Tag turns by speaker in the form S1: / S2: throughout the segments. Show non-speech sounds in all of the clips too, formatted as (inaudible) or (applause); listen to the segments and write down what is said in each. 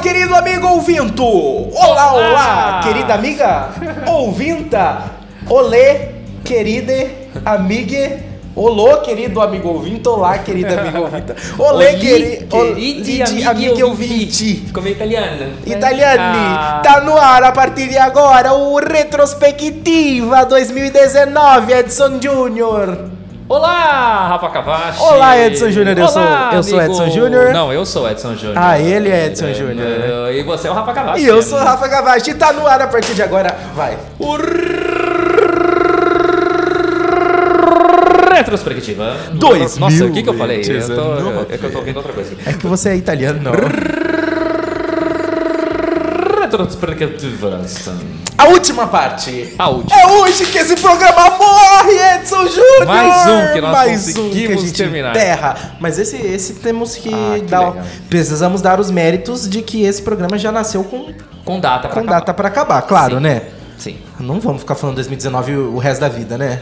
S1: querido amigo ouvinto! Olá, olá, querida (laughs) amiga ouvinta! Olê, querida amiga! Olô, querido amigo ouvinte! Olá, querida amiga ouvinta! Olê,
S2: Olí,
S1: queri... ol-
S2: queridi,
S1: didi,
S2: amiga
S1: amiga
S2: ouvinte.
S1: ouvinte!
S2: Ficou meio é italiano.
S1: Italiani,
S2: Ah.
S1: tá no ar a partir de agora o Retrospectiva 2019, Edson Júnior.
S2: Olá, Rafa Cavachi.
S1: Olá, Edson Júnior, eu
S2: Olá,
S1: sou- eu sou
S2: amigo.
S1: Edson Júnior.
S2: Não, eu sou Edson Júnior.
S1: Ah, ele é Edson Júnior,
S2: eu- E você é o Rafa Cavachi.
S1: E eu sou o Rafa Gavasti, e tá no ar a partir de agora, vai.
S2: O Retrospectiva.
S1: Dois
S2: Nossa,
S1: mil
S2: o que, que eu falei? Eu tô,
S1: dezenove.
S2: é que eu tô ouvindo outra coisa.
S1: É que você é italiano, não.
S2: Retrospectiva.
S1: A última parte.
S2: A última.
S1: É hoje que esse programa morre, Edson Júnior!
S2: Mais um que nós
S1: Mais um que a
S2: conseguimos
S1: gente
S2: terminar.
S1: Terra. Mas esse, esse temos que,
S2: Ah, que
S1: dar.
S2: legal.
S1: Precisamos dar os méritos de que esse programa já nasceu com,
S2: Com data pra
S1: com data pra acabar, claro,
S2: Sim.
S1: né?
S2: Sim.
S1: Não vamos ficar falando 2019 o resto da vida, né?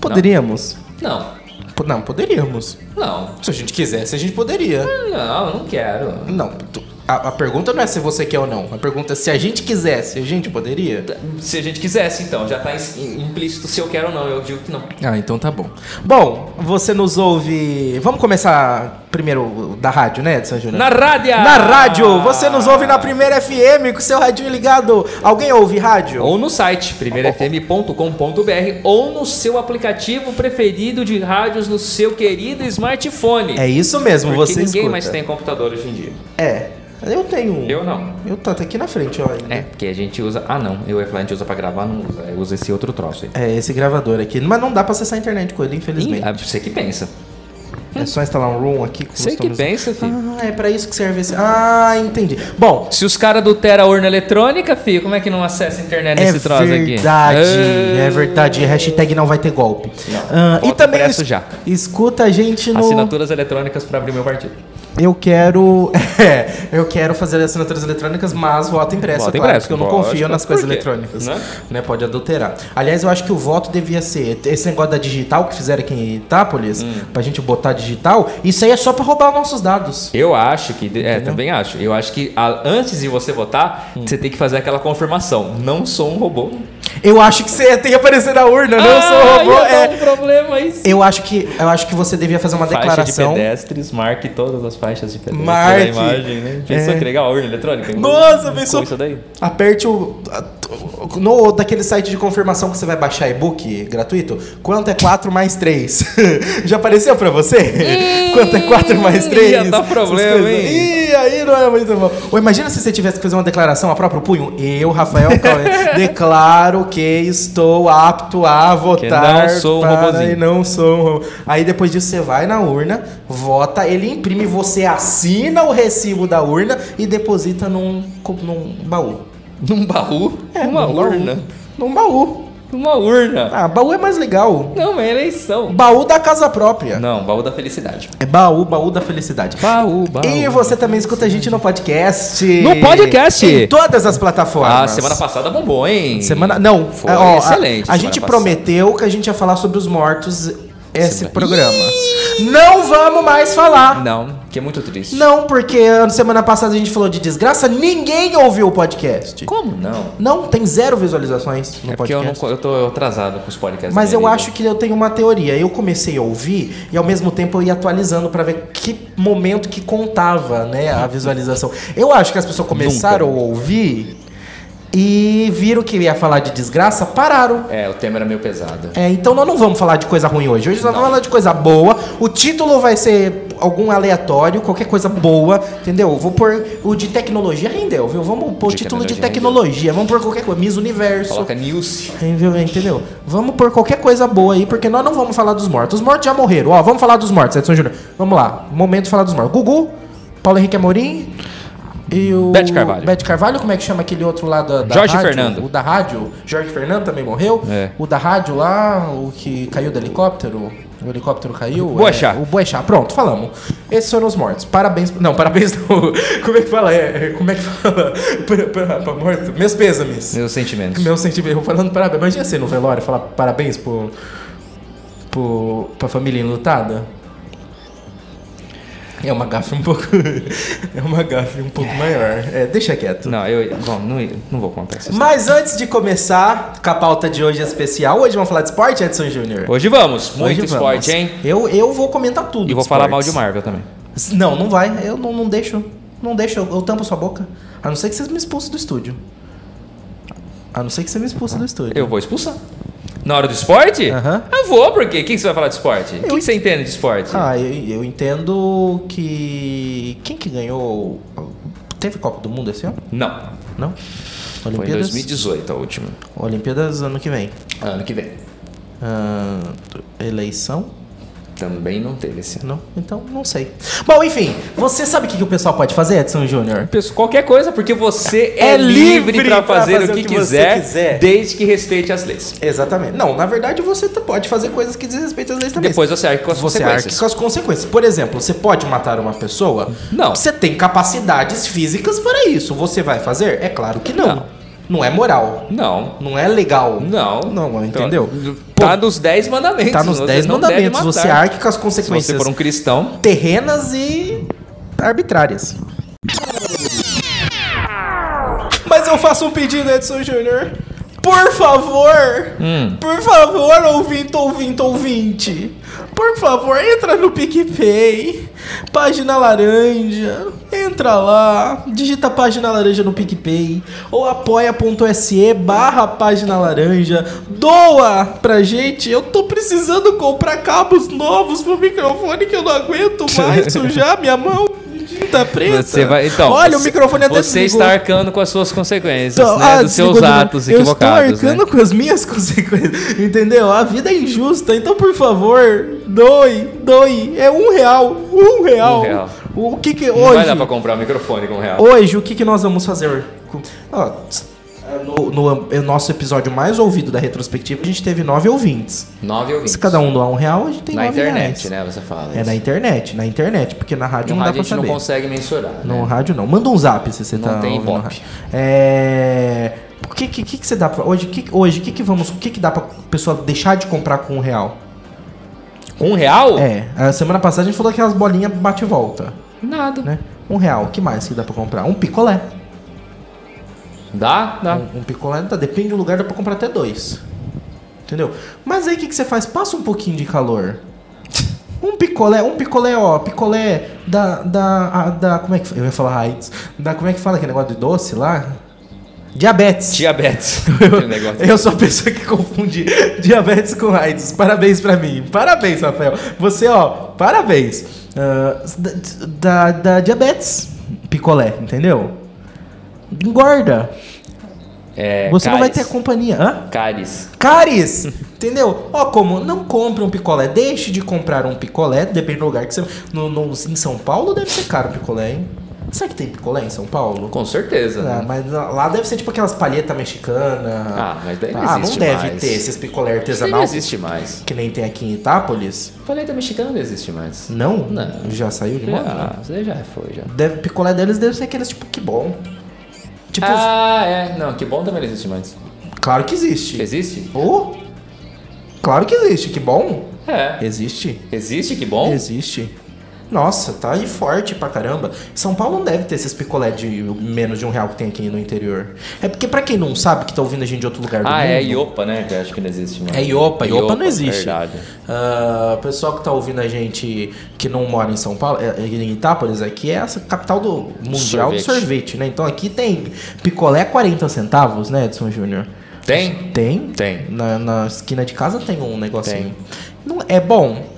S1: Poderíamos?
S2: Não,
S1: Po- Não, poderíamos.
S2: não.
S1: Se a gente quisesse, a gente poderia.
S2: Não, eu não quero.
S1: Não, tu- a, a pergunta não é se você quer ou não. A pergunta é se a gente quisesse, a gente poderia?
S2: Se a gente quisesse, então, já tá im- implícito se eu quero ou não. Eu digo que não.
S1: Ah, então tá bom. Bom, você nos ouve. Vamos começar primeiro da rádio, né, Edson Júnior?
S2: Na rádio!
S1: Na rádio! Você nos ouve na primeira FM com seu radinho ligado. Alguém ouve rádio?
S2: Ou no site primeirafm.com.br ou no seu aplicativo preferido de rádios no seu querido smartphone.
S1: É isso mesmo,
S2: Porque
S1: você
S2: ninguém
S1: escuta.
S2: mais tem computador hoje em dia.
S1: É, eu tenho um.
S2: Eu não.
S1: Eu tô até aqui na frente, ó. ainda.
S2: É, porque a gente usa. Ah, não. Eu ia falar, a gente usa pra gravar, não usa. Eu uso esse outro troço aí.
S1: É, esse gravador aqui. Mas não dá pra acessar a internet com ele,
S2: Ih,
S1: infelizmente.
S2: ah, você que pensa.
S1: É só instalar um room aqui. com
S2: Você
S1: os
S2: que
S1: tomes-
S2: pensa, filho.
S1: Ah, é pra isso que serve esse... Ah, entendi. Bom,
S2: Se os caras do Terra Urna Eletrônica, filho, como é que não acessa a internet
S1: é
S2: nesse troço aqui?
S1: verdade.
S2: Ah.
S1: É verdade. Hashtag não vai ter golpe. Ah, e
S2: Bota
S1: também...
S2: o preço
S1: es-
S2: já.
S1: Escuta a gente no...
S2: Assinaturas eletrônicas pra abrir meu partido.
S1: Eu quero... (laughs) É, eu quero fazer assinaturas eletrônicas, mas voto impresso,
S2: Voto
S1: é claro,
S2: impresso,
S1: porque eu não
S2: lógico.
S1: confio nas
S2: Por
S1: coisas
S2: quê?
S1: eletrônicas.
S2: Né?
S1: Né, Pode adulterar. Aliás, eu acho que o voto devia ser... Esse negócio da digital que fizeram aqui em Itápolis,
S2: Hum.
S1: pra gente botar digital, isso aí é só pra roubar nossos dados.
S2: Eu acho que. É, também acho. Eu acho que a- antes de você votar, você tem que fazer aquela confirmação. Não sou um robô.
S1: Eu acho que você tem que aparecer na urna, não sou
S2: Ah,
S1: robô.
S2: ia dar
S1: é.
S2: um problema isso.
S1: Eu acho que eu acho que você devia fazer uma
S2: Faixa de
S1: declaração.
S2: pedestres, marque todas as faixas de pedestres.
S1: Marque.
S2: da imagem, né? Pensou
S1: É.
S2: que legal a urna eletrônica?
S1: Nossa,
S2: Com
S1: pensou-
S2: isso daí.
S1: Aperte o a- no daquele site de confirmação que você vai baixar e-book gratuito. Quanto é 4 mais 3? (laughs) Já apareceu pra você? Quanto é 4 mais 3?
S2: ia dar problema, hein?
S1: Ih, aí não é muito bom. Ou imagina se você tivesse que fazer uma declaração a próprio punho. Eu, Rafael Cauê,
S2: (laughs)
S1: declaro que estou apto a votar
S2: não sou um
S1: para
S2: robozinho.
S1: e não sou um robô. Aí depois disso você vai na urna, vota, ele imprime, você assina o recibo da urna e deposita num, co- num baú.
S2: É, Num baú? uma
S1: num baú.
S2: urna.
S1: Num baú.
S2: Uma urna.
S1: Ah, baú é mais legal.
S2: Não, é eleição.
S1: Baú da casa própria.
S2: Não, baú da felicidade.
S1: É baú, baú da felicidade.
S2: Baú, baú.
S1: E você também escuta a gente no podcast.
S2: No podcast.
S1: Em todas as
S2: Ah,
S1: plataformas.
S2: semana passada bombou, hein?
S1: Semana. Não,
S2: Foi
S1: ó, a-
S2: excelente
S1: A,
S2: semana
S1: gente
S2: passada.
S1: prometeu que a gente ia falar sobre os mortos esse
S2: Semana-
S1: programa. Não vamos mais falar.
S2: Não, que é muito triste.
S1: Não, porque a semana passada a gente falou de desgraça, ninguém ouviu o podcast.
S2: Como não?
S1: Não, tem zero visualizações no
S2: é porque eu, não,
S1: podcast.
S2: co- eu tô atrasado com os podcasts.
S1: Mas
S2: da
S1: eu
S2: minha
S1: acho que eu tenho uma teoria. Eu comecei a ouvir e ao mesmo tempo eu ia atualizando pra ver que momento que contava, né,
S2: (laughs)
S1: a visualização. Eu acho que as pessoas começaram a ouvir e viram que ia falar de desgraça, pararam.
S2: vida. É, o tema era meio pesado.
S1: É, então nós não vamos falar de coisa ruim hoje. Hoje nós vamos falar de coisa boa. O título vai ser algum aleatório, qualquer coisa boa, entendeu? Vou pôr o de tecnologia rendeu, viu? Vamos pôr o
S2: De
S1: título de
S2: tecnologia
S1: tecnologia, vamos pôr qualquer coisa, Miss Universo.
S2: Coloca News.
S1: Entendeu? Entendeu? Vamos pôr qualquer coisa boa aí, porque nós não vamos falar dos mortos. Os mortos já morreram. Ó, vamos falar dos mortos, Edson Júnior. Vamos lá. Momento de falar dos mortos. Gugu, Paulo Henrique Amorim e o.
S2: Bete Carvalho.
S1: Bete Carvalho, como é que chama aquele outro lá da, da
S2: Jorge
S1: rádio?
S2: Fernando.
S1: O da rádio. Jorge Fernando também morreu.
S2: É.
S1: O da rádio lá, o que caiu do helicóptero. O helicóptero caiu.
S2: Boechat.
S1: É, o Boechat. Pronto, falamos. Esses foram os mortos. Parabéns. Não, parabéns (laughs) não. Como é que fala? É, é, como é que fala? (laughs) Pra, pra- pra morto. Meus pêsames.
S2: Meus sentimentos.
S1: Meu sentimento, eu falando parabéns. Imagina você no velório falar parabéns pro, pro, pra família enlutada. É uma gafe um pouco. (laughs) é uma gafe um pouco maior. É, deixa quieto.
S2: Não, eu. Bom, não, não vou contar essa história.
S1: Mas antes de começar com a pauta de hoje especial, hoje vamos falar de esporte, Edson Júnior?
S2: Hoje vamos. Muito
S1: Hoje vamos.
S2: esporte, hein?
S1: Eu, eu vou comentar tudo.
S2: E vou
S1: de
S2: falar mal de
S1: esportes.
S2: Marvel também.
S1: Não, não vai. Eu não, não deixo. Não deixo. Eu, eu tampo sua boca. A não ser que vocês me expulsem do estúdio. A não ser que você me expulse do estúdio.
S2: Eu vou expulsar. Na hora do esporte?
S1: Aham.
S2: Eu vou, porque quem que você vai falar de esporte? O que que você entende de esporte?
S1: Ah, eu, eu entendo que. Quem que ganhou. Teve Copa do Mundo esse ano?
S2: Não.
S1: Não?
S2: Foi em
S1: Olimpíadas?
S2: 2018 a última.
S1: Olimpíadas ano que vem.
S2: Ano que vem.
S1: Ah, eleição?
S2: Também não teve esse ano.
S1: Não? Então, não sei. Bom, enfim, você sabe o que, que o pessoal pode fazer, Edson Júnior?
S2: Pessoal, Qualquer coisa, porque você é,
S1: É livre
S2: livre pra
S1: pra
S2: fazer,
S1: fazer
S2: o
S1: o
S2: que,
S1: que você
S2: quiser,
S1: quiser.
S2: desde que respeite as leis.
S1: Exatamente. Não, na verdade você t- pode fazer coisas que desrespeitam as leis também.
S2: Depois você arca com as
S1: você arca
S2: consequências.
S1: com as consequências. Por exemplo, você pode matar uma pessoa?
S2: Não.
S1: Você tem capacidades físicas para isso. Você vai fazer? É claro que não.
S2: Não.
S1: Não, é moral.
S2: Não.
S1: Não é legal.
S2: Não.
S1: Não, entendeu? Então,
S2: Tá nos 10 mandamentos.
S1: Tá nos
S2: você
S1: 10
S2: não deve
S1: mandamentos. Você
S2: matar.
S1: arque com as
S2: Se você
S1: consequências
S2: for um cristão.
S1: terrenas e arbitrárias. Mas eu faço um pedido, Edson Júnior. Por favor,
S2: Hum.
S1: por favor, ouvinte, ouvinte, ouvinte. Por favor, entra no PicPay, página laranja, entra lá, digita página laranja no PicPay ou apoia.se barra página laranja, doa pra gente, eu tô precisando comprar cabos novos pro microfone que eu não aguento
S2: (laughs)
S1: mais sujar minha mão de tinta preta.
S2: Você vai, então,
S1: Olha, o
S2: você-
S1: microfone até
S2: Você
S1: desligou.
S2: está arcando com as suas consequências,
S1: Então,
S2: né?
S1: ah,
S2: dos seus
S1: desligou de novo.
S2: atos
S1: eu
S2: equivocados.
S1: Eu estou
S2: né?
S1: arcando com as minhas (laughs) consequências, entendeu? A vida é injusta, então por favor, doe, doe. É um real, um real.
S2: Um real.
S1: O que que
S2: Não
S1: hoje?
S2: vai dar pra comprar um microfone com um real.
S1: Hoje o que que nós vamos fazer? com- Ó, no, no- no nosso episódio mais ouvido da retrospectiva, a gente teve nove ouvintes.
S2: Nove ouvintes.
S1: Se cada um doar um real, a gente tem
S2: Na
S1: nove
S2: internet,
S1: reais.
S2: né? Você fala.
S1: É
S2: isso.
S1: na internet, na internet, porque na rádio
S2: No
S1: não dá
S2: rádio a
S1: pra
S2: gente não
S1: saber.
S2: consegue mensurar.
S1: No
S2: né?
S1: rádio não. Manda um zap se você
S2: Não
S1: tá
S2: tem
S1: ouvindo
S2: ibope.
S1: rádio. É... O que, que, que, que você dá pra... Hoje, que, hoje, que que vamos... O que que dá pra pessoa deixar de comprar com um real?
S2: Um real?
S1: É, a semana passada a gente falou aquelas bolinhas bate e volta,
S2: Nada.
S1: né? Um real, o que mais que dá pra comprar? Um picolé.
S2: Dá? Dá.
S1: Um, um picolé, tá, depende do lugar, dá pra comprar até dois. Entendeu? Mas aí o que, que você faz? Passa um pouquinho de calor. Um picolé, um picolé, ó, picolé da, da, a- da, como é que, eu ia falar AIDS, da, como é que fala aquele negócio de doce lá? Diabetes.
S2: Diabetes.
S1: (laughs)
S2: Aquele um negócio.
S1: Eu sou a pessoa que confunde diabetes com AIDS. Parabéns pra mim. Parabéns, Rafael. Você, ó, parabéns. Ah, da, da- da diabetes, picolé, entendeu? Engorda.
S2: É,
S1: Você não vai ter
S2: cáries.
S1: a companhia. Hã?
S2: Cáries.
S1: Caris! Entendeu? Ó, como não compre um picolé, deixe de comprar um picolé, depende do lugar que você. No, no- em São Paulo deve ser caro o picolé, hein? Será que tem picolé em São Paulo?
S2: Com certeza.
S1: Ah,
S2: né?
S1: mas lá lá deve ser tipo aquelas palhetas mexicanas.
S2: Ah, mas daí não
S1: Ah, não
S2: existe
S1: deve
S2: mais.
S1: ter esses picolé
S2: Isso aí não
S1: artesanal
S2: existe mais.
S1: que nem tem aqui em Itápolis.
S2: Paleta mexicana não existe mais.
S1: Não? É.
S2: Não.
S1: Já saiu de moda?
S2: Ah, você já foi, já.
S1: Deve, picolé deles deve ser aqueles tipo que bom. Tipo,
S2: Ah, é. Não, que bom também não existe mais.
S1: claro que existe.
S2: Existe?
S1: Oh, claro que existe, que bom.
S2: É.
S1: Existe.
S2: Existe, que bom.
S1: Existe. Nossa, tá aí forte pra caramba. São Paulo não deve ter esses picolé de menos de um real que tem aqui no interior. É porque pra quem não sabe, que tá ouvindo a gente de outro lugar do
S2: Ah,
S1: mundo...
S2: é Iopa, né? Que eu acho que não existe mais.
S1: Uhum. É Iopa, Iopa, não existe.
S2: Verdade.
S1: Ah, o pessoal que tá ouvindo a gente que não mora em São Paulo, é, é, em Itápolis, aqui é a capital do mundial do
S2: Sorvete.
S1: sorvete, né? Então aqui tem picolé 40 centavos, né, Edson Júnior?
S2: Tem?
S1: Tem?
S2: Tem.
S1: Na, na esquina de casa tem um negocinho. Não, é bom.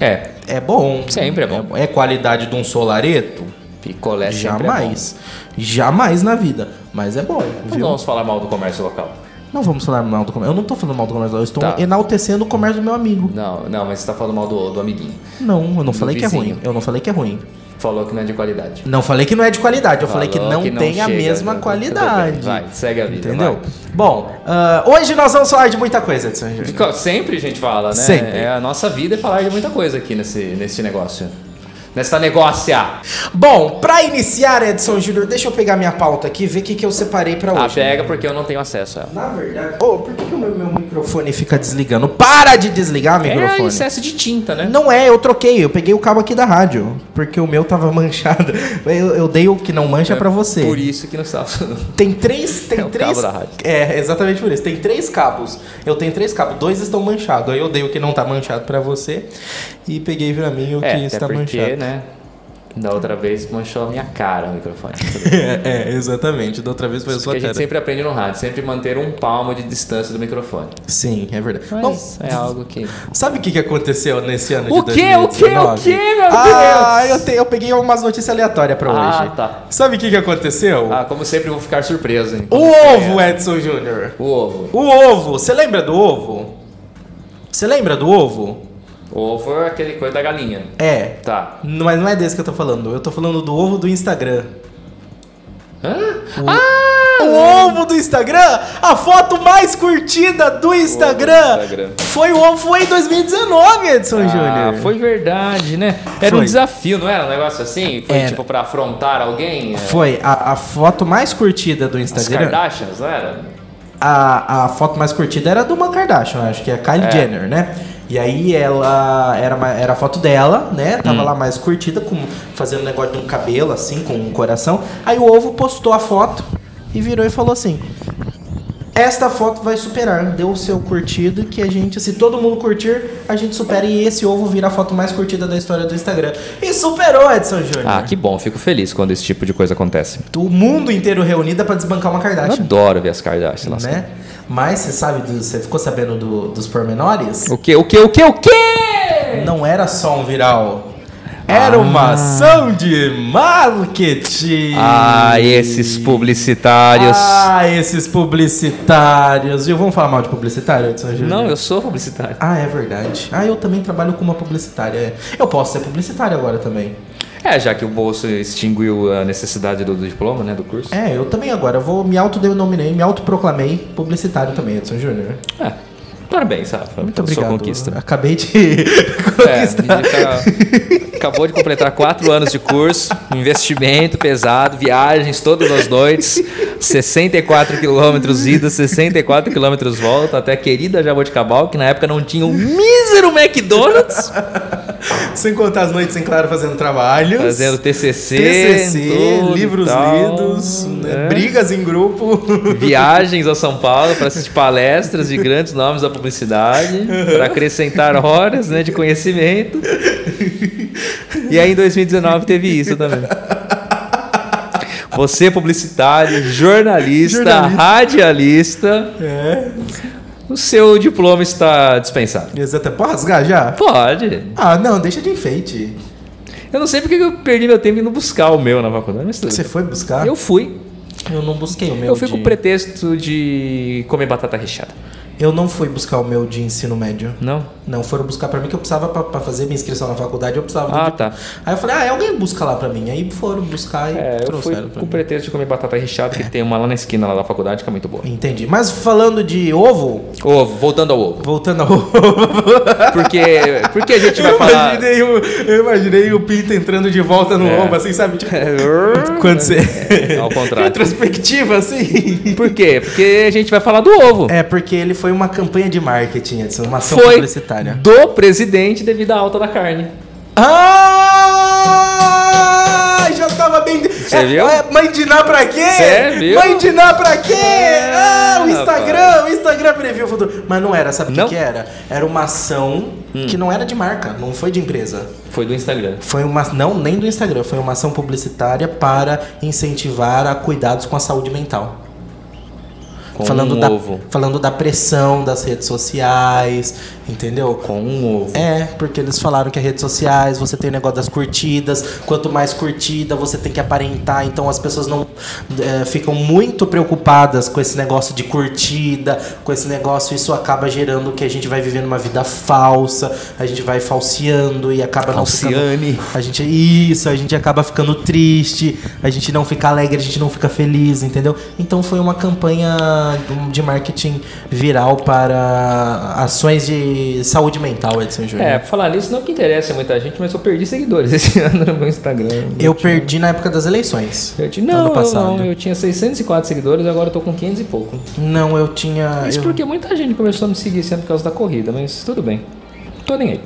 S2: É.
S1: É bom.
S2: Sempre é bom.
S1: É, qualidade de um solareto?
S2: Picolé sempre é bom.
S1: Jamais. Jamais na vida. Mas é bom,
S2: Não
S1: viu?
S2: Então vamos falar mal do comércio local.
S1: Não vamos falar mal do comércio. Eu não tô falando mal do comércio, eu estou
S2: Tá.
S1: enaltecendo o comércio do meu amigo.
S2: Não, não, mas você tá falando mal do, do amiguinho.
S1: Não, eu não falei que é
S2: vizinho.
S1: ruim. Eu não falei que é ruim.
S2: Falou que não é de qualidade.
S1: Não falei que não é de qualidade, eu falei que
S2: Falou
S1: não, tem a
S2: chega,
S1: mesma
S2: né?
S1: qualidade.
S2: Tudo bem, Vai, segue a vida.
S1: entendeu?
S2: vai.
S1: Bom, ah, hoje nós vamos falar de muita coisa, Edson Júnior.
S2: Fica- Sempre a gente fala, né?
S1: Sempre.
S2: É a nossa vida é falar de muita coisa aqui nesse, nesse negócio. nesta negócia.
S1: Bom, pra iniciar, Edson Júnior, deixa eu pegar minha pauta aqui, ver o que, que eu separei pra
S2: Ah,
S1: hoje.
S2: pega porque eu não tenho acesso a ela.
S1: Na verdade. Ô, por que, que o meu, meu microfone fica desligando? Para de desligar,
S2: É
S1: microfone.
S2: excesso de tinta, né?
S1: Não é, eu troquei, eu peguei o cabo aqui da rádio, porque o meu tava (laughs) manchado. Eu, eu dei o que não mancha pra você.
S2: É Por isso que
S1: (laughs)
S2: não está funcionando.
S1: Tem três. Tem
S2: É o
S1: três,
S2: cabo da rádio.
S1: É, exatamente por isso. Tem três cabos. Eu tenho três cabos, dois estão manchados. Aí eu dei o que não tá manchado pra você e peguei pra mim o que
S2: É, até
S1: está
S2: porque,
S1: tá manchado.
S2: né? Da outra vez manchou a minha cara o
S1: (laughs)
S2: microfone.
S1: É, é, exatamente. Da outra vez foi a
S2: Isso
S1: sua
S2: que a gente
S1: cara.
S2: sempre aprende no rádio, sempre manter um palmo de distância do microfone.
S1: Sim, é verdade. Bom,
S2: Mas é algo que.
S1: sabe o que, que aconteceu nesse ano
S2: O
S1: de
S2: quê? O quê?
S1: 2019?
S2: O quê, meu
S1: ah,
S2: Deus?
S1: eu, te- eu peguei umas notícias aleatórias (laughs) pra
S2: Ah,
S1: hoje.
S2: tá.
S1: Sabe o que, que aconteceu?
S2: Ah, como sempre, eu vou ficar surpreso, hein?
S1: o ovo, Edson Júnior.
S2: O ovo.
S1: O ovo. Você lembra do ovo? Você lembra do ovo?
S2: O ovo é aquele coisa da galinha.
S1: É.
S2: Tá.
S1: Não, Mas não é desse que eu tô falando. Eu tô falando do ovo do Instagram.
S2: Hã? Ah,
S1: O ovo do Instagram? A foto mais curtida do Instagram,
S2: Instagram.
S1: foi o ovo foi em 2019, Edson
S2: Ah,
S1: Júnior.
S2: foi verdade, né? Era um
S1: Foi.
S2: desafio, não era um negócio assim? Foi
S1: Era.
S2: tipo pra afrontar alguém?
S1: Foi a, a foto mais curtida do
S2: As
S1: Instagram.
S2: Kardashians, não era?
S1: A, a foto mais curtida era do uma Kardashian, acho que é a Kylie
S2: É.
S1: Jenner, né? E aí ela era, ma- era a foto dela, né? Tava
S2: Hum.
S1: lá mais curtida, com, fazendo um negócio de um cabelo, assim, com um coração. Aí o ovo postou a foto e virou e falou assim: Esta foto vai superar. Deu o seu curtido que a gente, se todo mundo curtir, a gente supera e esse ovo vira a foto mais curtida da história do Instagram. E superou, Edson Júnior.
S2: Ah, que bom, fico feliz quando esse tipo de coisa acontece.
S1: O mundo inteiro reunido pra desbancar uma
S2: Eu
S1: Kardashian.
S2: adoro ver as Kardashians. lascando.
S1: né? Mas você sabe, do- você ficou sabendo do- dos pormenores?
S2: O que, o que, o que, o que?
S1: Não era só um viral. Era uma ação de marketing.
S2: Ah, esses publicitários.
S1: Ah, esses publicitários. Viu? Vamos falar mal de publicitário, Edson Júnior?
S2: não, eu sou publicitário.
S1: Ah, é verdade. Ah, eu também trabalho com uma publicitária. é. Eu posso ser publicitário agora também.
S2: É, já que o bolso extinguiu a necessidade do, do diploma, né, do curso.
S1: É, eu também agora. Eu vou me autodenominei, me autoproclamei publicitário também, Edson Júnior.
S2: É. Parabéns, Rafa.
S1: Muito
S2: pela
S1: obrigado.
S2: Sua conquista.
S1: Acabei de (laughs)
S2: É,
S1: conquistar.
S2: ele tá- acabou de completar quatro anos de curso, um investimento pesado, viagens todas as noites, 64 quilômetros ida, 64 quilômetros volta, até a querida Jaboticabal, que na época não tinha um mísero McDonald's,
S1: Sem contar as noites em claro fazendo trabalhos.
S2: fazendo TCC,
S1: TCC,
S2: tudo e
S1: livros
S2: tal,
S1: lidos, né?
S2: né?
S1: brigas em
S2: (laughs)
S1: grupo.
S2: Viagens a São Paulo para assistir palestras de grandes nomes da publicidade, para acrescentar horas né, de conhecimento. E aí em 2019 teve isso também. Você, publicitário, jornalista,
S1: Jornalista.
S2: radialista,
S1: É.
S2: o seu diploma está dispensado.
S1: Exato. Pode rasgar já?
S2: Pode.
S1: Ah, não, deixa de enfeite.
S2: Eu não sei porque que eu perdi meu tempo indo buscar o meu na faculdade, mas tudo
S1: Você
S2: bem.
S1: foi buscar?
S2: Eu fui.
S1: Eu não busquei o meu.
S2: Eu fui com
S1: de-
S2: o pretexto de comer batata recheada.
S1: Eu não fui buscar o meu de ensino médio.
S2: Não?
S1: Não, foram buscar pra mim que eu precisava pra, pra fazer minha inscrição na faculdade, eu precisava do
S2: Ah,
S1: dip-
S2: tá.
S1: Aí eu falei, ah, alguém busca lá pra mim. Aí foram buscar e
S2: É, eu fui
S1: trouxeram
S2: com
S1: pra
S2: o
S1: mim.
S2: pretexto de comer batata recheada, que tem uma lá na esquina lá da faculdade, que é muito boa.
S1: Entendi. Mas falando de ovo,
S2: Ovo, voltando ao ovo.
S1: voltando ao (laughs) ovo.
S2: Porque, porque a gente vai
S1: Eu
S2: falar. É.
S1: imaginei, o, eu imaginei o Pinto entrando de volta no ovo, assim, sabe?
S2: (laughs)
S1: Tipo, quando você.
S2: ao contrário.
S1: (laughs) Retrospectiva, assim.
S2: Por quê? Porque a gente vai falar do ovo.
S1: É, porque ele foi uma campanha de marketing, Edson, uma ação
S2: Foi
S1: publicitária.
S2: do presidente devido à alta da carne.
S1: Ah! Já tava bem. É,
S2: Cê viu?
S1: mãe de Ná pra quê?
S2: Cê é viu?
S1: Mãe de Ná pra quê?
S2: É,
S1: ah, o
S2: rapaz.
S1: Instagram, o Instagram previu o futuro. Mas não era, sabe o
S2: Não? Hum.
S1: que, que era? Era uma ação que não era de marca, não foi de empresa.
S2: Foi do Instagram.
S1: Foi uma não nem do Instagram, foi uma ação publicitária para incentivar a cuidados com a saúde mental.
S2: Com
S1: falando
S2: um
S1: da
S2: ovo.
S1: falando da pressão das redes sociais, entendeu?
S2: Com um ovo.
S1: É, porque eles falaram que as redes sociais, você tem o negócio das curtidas, quanto mais curtida você tem que aparentar, então as pessoas não é, ficam muito preocupadas com esse negócio de curtida, com esse negócio, isso acaba gerando que a gente vai vivendo uma vida falsa, a gente vai falseando e acaba não ficando
S2: Alciane.
S1: a gente é isso, a gente acaba ficando triste, a gente não fica alegre, a gente não fica feliz, entendeu? Então foi uma campanha da, do- de marketing viral para ações de saúde mental, Edson Júnior.
S2: É, pra falar nisso, não que interessa a muita gente, mas eu perdi seguidores (laughs) esse ano no meu Instagram.
S1: Eu perdi na época das eleições.
S2: Eu tinha, não,
S1: ano
S2: eu,
S1: passado.
S2: não, eu tinha 604 seguidores, agora eu tô com 500 e pouco.
S1: Não, eu tinha.
S2: Isso
S1: Ah, eu-
S2: porque muita gente começou a me seguir sempre por causa da corrida, mas tudo bem. Tô nem aí.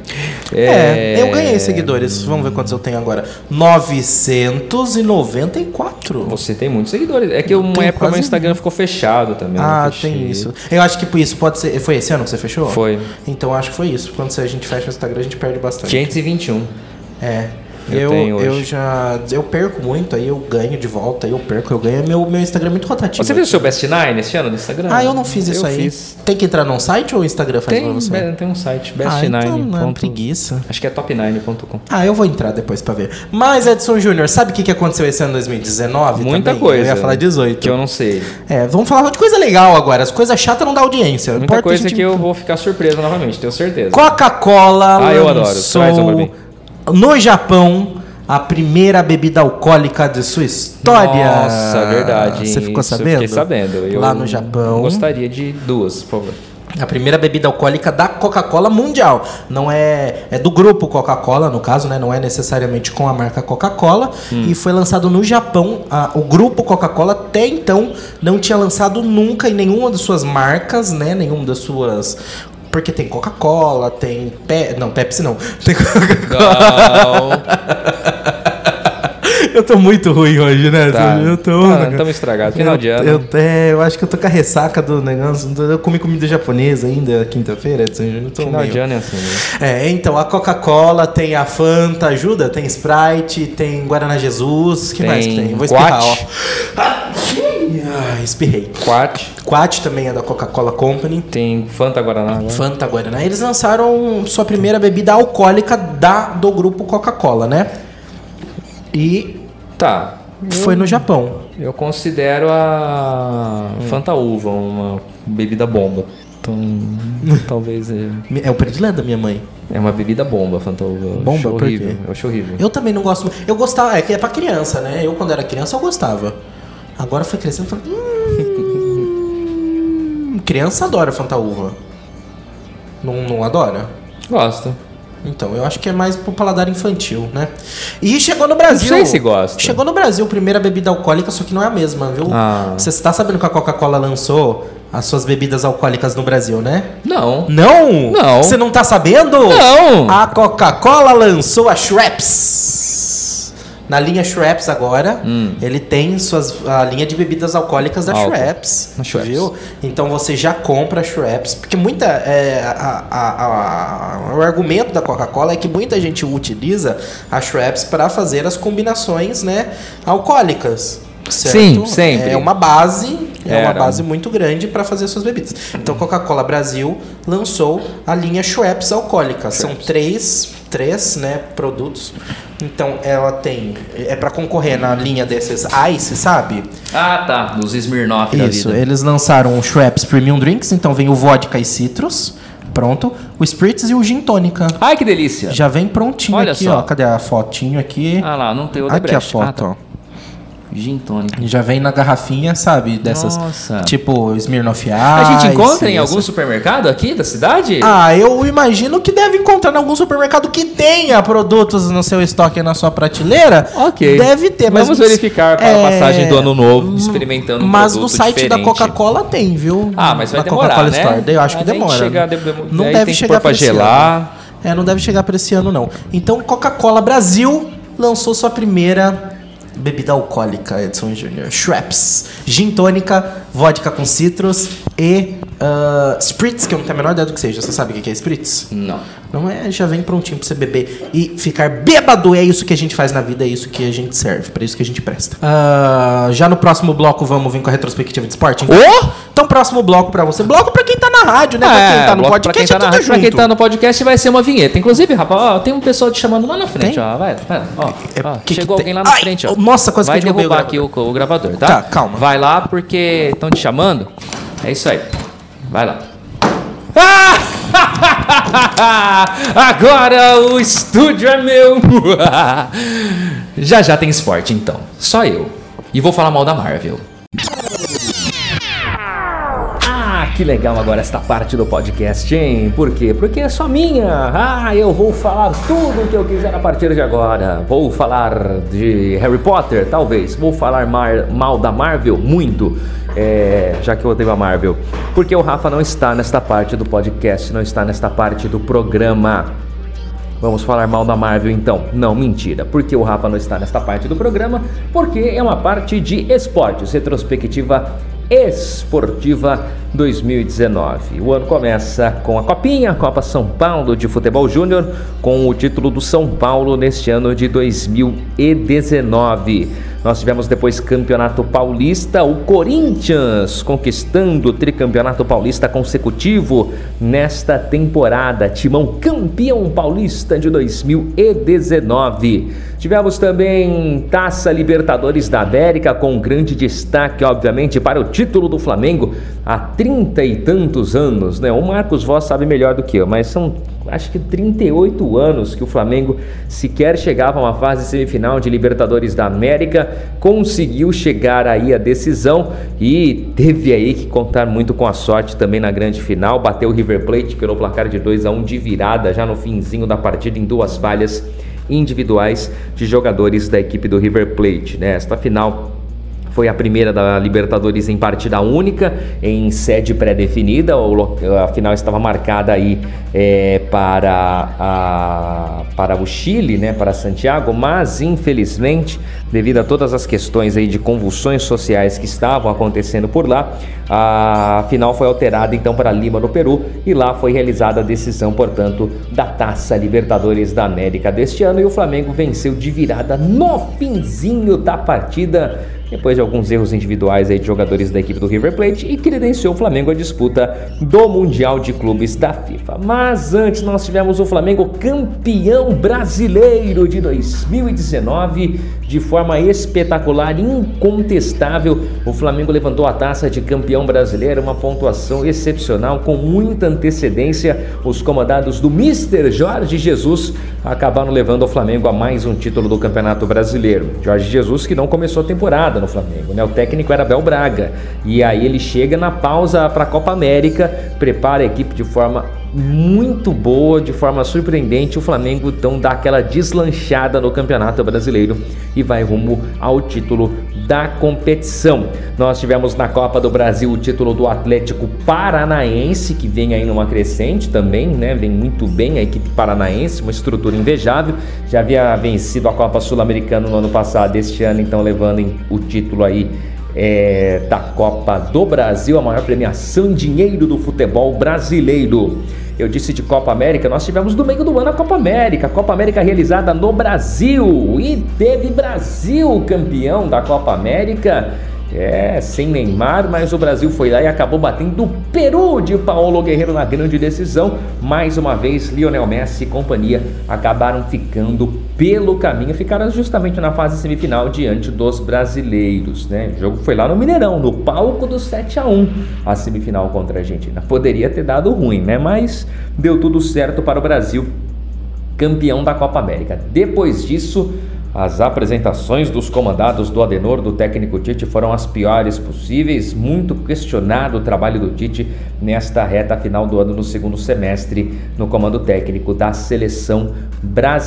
S1: É, eu ganhei seguidores. Vamos ver quantos eu tenho agora. 994.
S2: Você tem muitos seguidores. É que uma
S1: Tem
S2: época meu
S1: quase-
S2: Instagram ficou fechado também. eu não
S1: Ah,
S2: fechei.
S1: tem isso. Eu acho que por isso pode ser. Foi esse ano que você fechou?
S2: Foi.
S1: Então acho que foi isso. Quando a gente fecha o Instagram, a gente perde bastante.
S2: 521.
S1: É.
S2: Eu
S1: Eu,
S2: tenho hoje.
S1: eu já. Eu perco muito, aí eu ganho de volta, aí eu perco, eu ganho. Meu, meu Instagram é muito rotativo.
S2: Você viu o seu Best Nine esse ano no Instagram?
S1: Ah, eu não fiz isso
S2: eu
S1: aí.
S2: Fiz.
S1: Tem que entrar num site ou o Instagram faz pra
S2: Tem,
S1: você?
S2: be- tem um site,
S1: ah,
S2: best9.
S1: então não é
S2: ponto-
S1: preguiça.
S2: Acho que é top9.com.
S1: Ah, eu vou entrar depois pra ver. Mas, Edson Júnior, sabe o que, que aconteceu esse ano 2019?
S2: Muita
S1: também?
S2: coisa. né?
S1: Eu ia falar 18.
S2: Que eu não sei.
S1: É, vamos falar de coisa legal agora. As coisas chatas não dá audiência.
S2: Muita
S1: Importa é a
S2: coisa
S1: gente-
S2: que eu vou ficar surpreso novamente, tenho certeza.
S1: Coca-Cola
S2: Ah, eu adoro.
S1: lançou
S2: Traz uma pra mim.
S1: no Japão a primeira bebida alcoólica de sua história.
S2: Nossa, verdade.
S1: Você ficou
S2: Isso eu
S1: sabendo?
S2: Fiquei sabendo. Eu
S1: Lá no Japão.
S2: Gostaria de duas,
S1: (laughs)
S2: por favor.
S1: A primeira bebida alcoólica da Coca-Cola mundial. Não é. É do grupo Coca-Cola, no caso, né? Não é necessariamente com a marca Coca-Cola.
S2: Hum.
S1: E foi lançado no Japão. A- o grupo Coca-Cola até então não tinha lançado nunca em nenhuma das suas marcas, né? Nenhuma das suas. Porque tem Coca-Cola, tem. Pe... Não, Pepsi não. (laughs) Tem Coca-Cola.
S2: Não. tá.
S1: Eu tô muito ruim hoje, né?
S2: Tá.
S1: Eu tô.
S2: Ah, tamo estragado. Final de ano.
S1: Eu, eu, é, eu acho que eu tô com a ressaca do negócio. Eu comi comida japonesa ainda quinta-feira, Edson. Eu tô
S2: Final
S1: meio-
S2: de ano é assim, né?
S1: É, então, a Coca-Cola, tem a Fanta, ajuda? Tem Sprite, tem Guaraná Jesus, que
S2: Tem
S1: mais que tem? Vou espirrar, ó.
S2: Quat.
S1: Ah, espirrei.
S2: Quat.
S1: Quat também é da Coca-Cola Company.
S2: Tem Fanta Guaraná. agora.
S1: Fanta Guaraná. Eles lançaram sua primeira bebida alcoólica da, do grupo Coca-Cola, né? E
S2: Tá.
S1: foi no Japão.
S2: Eu considero a Fanta Uva uma bebida bomba.
S1: (laughs)
S2: Então, talvez. É,
S1: É o predileto da minha mãe.
S2: é uma bebida bomba, a Fanta Uva. Eu
S1: Bomba?
S2: acho
S1: Por quê?
S2: horrível. Eu acho horrível.
S1: Eu também não gosto. Eu gostava, é que é pra criança, né? Eu, quando era criança, eu gostava. Agora foi crescendo e falei. Hum, criança adora fantaúva. Não, não adora?
S2: Gosto.
S1: Então, eu acho que é mais pro paladar infantil, né? E chegou no Brasil.
S2: Não sei se gosta.
S1: Chegou no Brasil, primeira bebida alcoólica, só que não é a mesma, viu?
S2: Ah.
S1: Você tá sabendo que a Coca-Cola lançou as suas bebidas alcoólicas no Brasil, né?
S2: Não.
S1: Não?
S2: Não.
S1: Você não tá sabendo?
S2: Não.
S1: A Coca-Cola lançou a Schweppes. Na linha Schweppes agora,
S2: Hum.
S1: ele tem suas, a linha de bebidas alcoólicas da
S2: Álcool.
S1: Schweppes,
S2: Na Schweppes.
S1: viu? Então você já compra a Schweppes, porque muita é, a- a- a- o argumento da Coca-Cola é que muita gente utiliza a Schweppes para fazer as combinações, né, alcoólicas. Certo?
S2: Sim, sempre.
S1: É uma base, é uma
S2: Era. Uhum.
S1: base muito grande para fazer suas bebidas. Então, Coca-Cola Brasil lançou a linha Schweppes alcoólica. São três, três, né, produtos. Então, ela tem é para concorrer na linha desses Ice, sabe?
S2: Ah, tá. Dos Smirnoff da
S1: Isso. é.
S2: vida.
S1: Eles lançaram o Schweppes Premium Drinks, então vem o vodka e citrus, pronto, o spritz e o gin tônica.
S2: Ai, que delícia.
S1: Já vem prontinho
S2: Olha
S1: aqui,
S2: só.
S1: ó. Cadê a fotinho aqui?
S2: Ah lá, não tem o
S1: aqui a
S2: Odebrecht.
S1: foto,
S2: Ah, tá.
S1: ó.
S2: Gin tônica.
S1: Já vem na garrafinha, sabe? Dessas.
S2: Nossa.
S1: Tipo Smirnoff Ice.
S2: Ah. A gente encontra em
S1: essa-
S2: algum supermercado aqui da cidade?
S1: Ah, eu imagino que deve encontrar em algum supermercado que tenha produtos no seu estoque e na sua prateleira.
S2: Ok.
S1: Deve ter, mas.
S2: Vamos verificar para a
S1: é,
S2: passagem do ano novo, experimentando um
S1: Mas
S2: produto
S1: no site
S2: diferente.
S1: da Coca-Cola tem, viu?
S2: Ah, mas vai
S1: na
S2: demorar,
S1: Coca-Cola
S2: né?
S1: Store. Eu acho que
S2: Ah, tem que
S1: demora.
S2: chegar, de- de-
S1: não
S2: aí
S1: deve
S2: tem que
S1: chegar
S2: pôr pra
S1: esse
S2: gelar.
S1: ano. É, não deve chegar para esse ano não. Então, Coca-Cola Brasil lançou sua primeira bebida alcoólica, Edson Júnior. Schweppes, gin tônica, vodka com citros e ah, spritz, que eu não tenho a menor ideia do que seja. Você sabe o que que é spritz?
S2: Não.
S1: Não é, já vem prontinho pra você beber e ficar bêbado. É isso que a gente faz na vida, é isso que a gente serve, pra isso que a gente presta. Ah, já no próximo bloco vamos vir com a retrospectiva de esporte. Então,
S2: Ô!
S1: então próximo bloco pra você. Bloco pra quem tá na rádio, né? pra quem tá no
S2: bloco pra
S1: podcast,
S2: quem tá
S1: é
S2: na
S1: tudo
S2: rádio, pra
S1: junto.
S2: quem tá no podcast vai ser uma vinheta. Inclusive, rapaz, ó, tem um pessoal te chamando lá na frente,
S1: Tem?
S2: ó. Vai, vai, ó,
S1: É,
S2: ó,
S1: que que
S2: chegou
S1: tem?
S2: alguém lá na
S1: Ai,
S2: frente, ó.
S1: nossa, quase que
S2: vai
S1: eu derrubei o
S2: derrubar aqui o, o gravador, tá?
S1: Tá, calma.
S2: Vai lá porque estão te chamando. É isso aí. Vai lá. Ah! (laughs) Agora o estúdio é meu. (laughs) já já tem esporte então. Só eu. E vou falar mal da Marvel. Que legal agora esta parte do podcast, hein? Por quê? Porque é só minha. Ah, eu vou falar tudo o que eu quiser a partir de agora. Vou falar de Harry Potter, talvez. Vou falar mar- mal da Marvel, muito. É, já que eu odeio a Marvel. Porque o Rafa não está nesta parte do podcast, não está nesta parte do programa. Vamos falar mal da Marvel então. Não, mentira. Porque o Rafa não está nesta parte do programa, porque é uma parte de esportes, retrospectiva esportiva 2019. O ano começa com a Copinha, a Copa São Paulo de Futebol Júnior, com o título do São Paulo neste ano de 2019. Nós tivemos depois Campeonato Paulista, o Corinthians conquistando o tricampeonato paulista consecutivo nesta temporada. Timão campeão paulista de 2019. Tivemos também Taça Libertadores da América, com grande destaque, obviamente, para o título do Flamengo há trinta e tantos anos, né? O Marcos Voz sabe melhor do que eu, mas são acho que 38 anos que o Flamengo sequer chegava a uma fase semifinal de Libertadores da América, conseguiu chegar aí à decisão e teve aí que contar muito com a sorte também na grande final, bateu o River Plate pelo placar de 2 a 1 de virada já no finzinho da partida em duas falhas individuais de jogadores da equipe do River Plate, né? Esta final foi a primeira da Libertadores em partida única, em sede pré-definida. O lo- A final estava marcada aí é, para, a- para o Chile, né, para Santiago, mas infelizmente, devido a todas as questões aí de convulsões sociais que estavam acontecendo por lá, tá? a final foi alterada então para Lima, no Peru, e lá foi realizada a decisão, portanto, da Taça Libertadores da América deste ano. E o Flamengo venceu de virada no finzinho da partida depois de alguns erros individuais aí de jogadores da equipe do River Plate e credenciou o Flamengo à disputa do Mundial de Clubes da FIFA. Mas antes nós tivemos o Flamengo campeão brasileiro de 2019 de forma espetacular, incontestável. O Flamengo levantou a taça de campeão brasileiro, uma pontuação excepcional com muita antecedência. Os comandados do Mister Jorge Jesus acabaram levando o Flamengo a mais um título do Campeonato Brasileiro. Jorge Jesus que não começou a temporada no Flamengo, né? O técnico era Abel Braga. E aí ele chega na pausa para a Copa América, prepara a equipe de forma muito boa, de forma surpreendente. O Flamengo então dá aquela deslanchada no Campeonato Brasileiro e vai rumo ao título da competição. Nós tivemos na Copa do Brasil o título do Atlético Paranaense, que vem aí numa crescente também, né? Vem muito bem a equipe paranaense, uma estrutura invejável. Já havia vencido a Copa Sul-Americana no ano passado, este ano então levando em- o título aí é, da Copa do Brasil, a maior premiação em dinheiro do futebol brasileiro. Eu disse de Copa América, nós tivemos no meio do ano a Copa América, a Copa América realizada no Brasil e teve Brasil campeão da Copa América. É, sem Neymar, mas o Brasil foi lá e acabou batendo o Peru de Paulo Guerreiro na grande decisão. Mais uma vez, Lionel Messi e companhia acabaram ficando pelo caminho, ficaram justamente na fase semifinal diante dos brasileiros. Né? O jogo foi lá no Mineirão, no palco do 7 a 1 a semifinal contra a Argentina. Poderia ter dado ruim, né? mas deu tudo certo para o Brasil campeão da Copa América. Depois disso, as apresentações dos comandados do Adenor do técnico Tite foram as piores possíveis, muito questionado o trabalho do Tite nesta reta final do ano no segundo semestre no comando técnico da seleção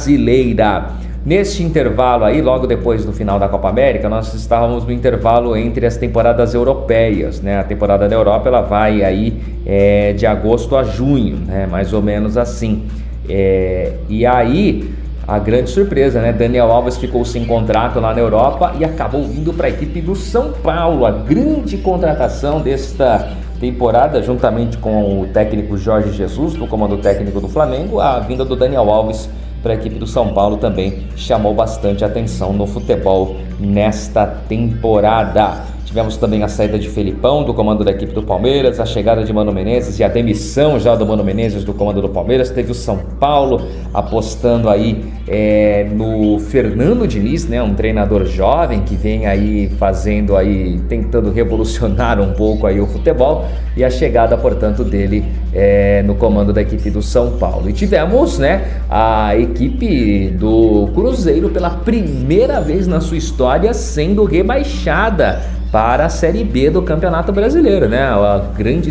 S2: brasileira. Neste intervalo aí, logo depois do final da Copa América, nós estávamos no intervalo entre as temporadas europeias, né? A temporada da Europa ela vai aí é, de agosto a junho, né? Mais ou menos assim. É, e aí a grande surpresa, né? Daniel Alves ficou sem contrato lá na Europa e acabou indo para a equipe do São Paulo. A grande contratação desta temporada, juntamente com o técnico Jorge Jesus, do comando técnico do Flamengo, a vinda do Daniel Alves para a equipe do São Paulo também chamou bastante atenção no futebol nesta temporada. Tivemos também a saída de Felipão do comando da equipe do Palmeiras, a chegada de Mano Menezes e a demissão já do Mano Menezes do comando do Palmeiras. Teve o São Paulo apostando aí é, no Fernando Diniz, né, um treinador jovem que vem aí fazendo aí tentando revolucionar um pouco aí o futebol e a chegada portanto dele é, no comando da equipe do São Paulo. E tivemos né a equipe do Cruzeiro pela primeira vez na sua história sendo rebaixada para a Série B do Campeonato Brasileiro, né? Uma grande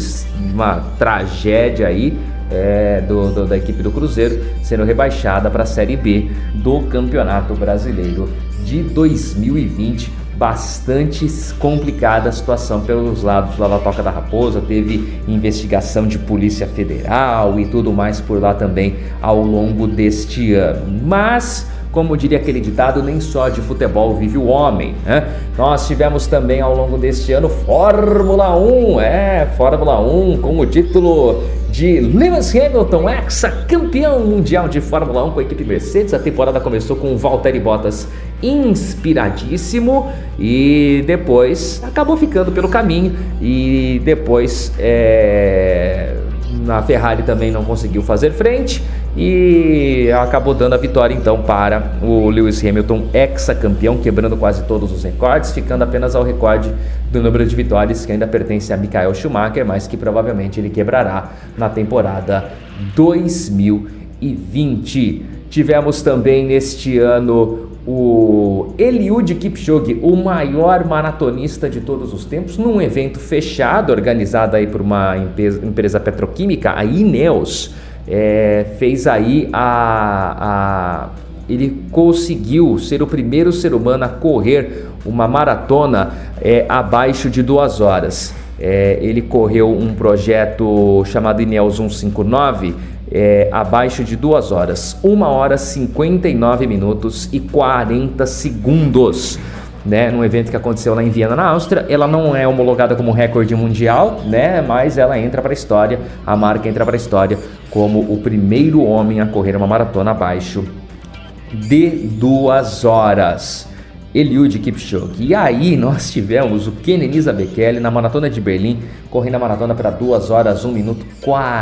S2: uma tragédia aí é, do, do, da equipe do Cruzeiro sendo rebaixada para a Série B do Campeonato Brasileiro de 2020. Bastante complicada a situação pelos lados lá da Toca da Raposa, teve investigação de Polícia Federal e tudo mais por lá também ao longo deste ano. Mas como diria aquele ditado, nem só de futebol vive o homem. Né? Nós tivemos também ao longo deste ano Fórmula 1, é, Fórmula 1 com o título de Lewis Hamilton, ex-campeão mundial de Fórmula 1 com a equipe Mercedes. A temporada começou com o Valtteri Bottas inspiradíssimo e depois acabou ficando pelo caminho e depois é na Ferrari também não conseguiu fazer frente e acabou dando a vitória então para o Lewis Hamilton, ex-campeão, quebrando quase todos os recordes, ficando apenas ao recorde do número de vitórias que ainda pertence a Michael Schumacher, mas que provavelmente ele quebrará na temporada 2020. Tivemos também neste ano o Eliud Kipchoge, o maior maratonista de todos os tempos, num evento fechado organizado aí por uma empresa petroquímica, a Ineos, é, fez aí a, a ele conseguiu ser o primeiro ser humano a correr uma maratona é, abaixo de duas horas. É, ele correu um projeto chamado Ineos 159 é, abaixo de 2 horas, 1 hora 59 minutos e 40 segundos. Né, num evento que aconteceu lá em Viena, na Áustria, ela não é homologada como recorde mundial, né, mas ela entra para a história, a marca entra para a história como o primeiro homem a correr uma maratona abaixo de duas horas. Eliud Kipchoge. E aí nós tivemos o Kenenisa Bekele na Maratona de Berlim, correndo a maratona para 2 horas, 1 minuto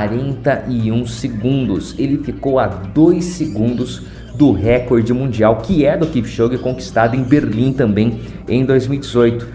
S2: 41 segundos. Ele ficou a 2 segundos do recorde mundial, que é do Kipchoge, conquistado em Berlim também em 2018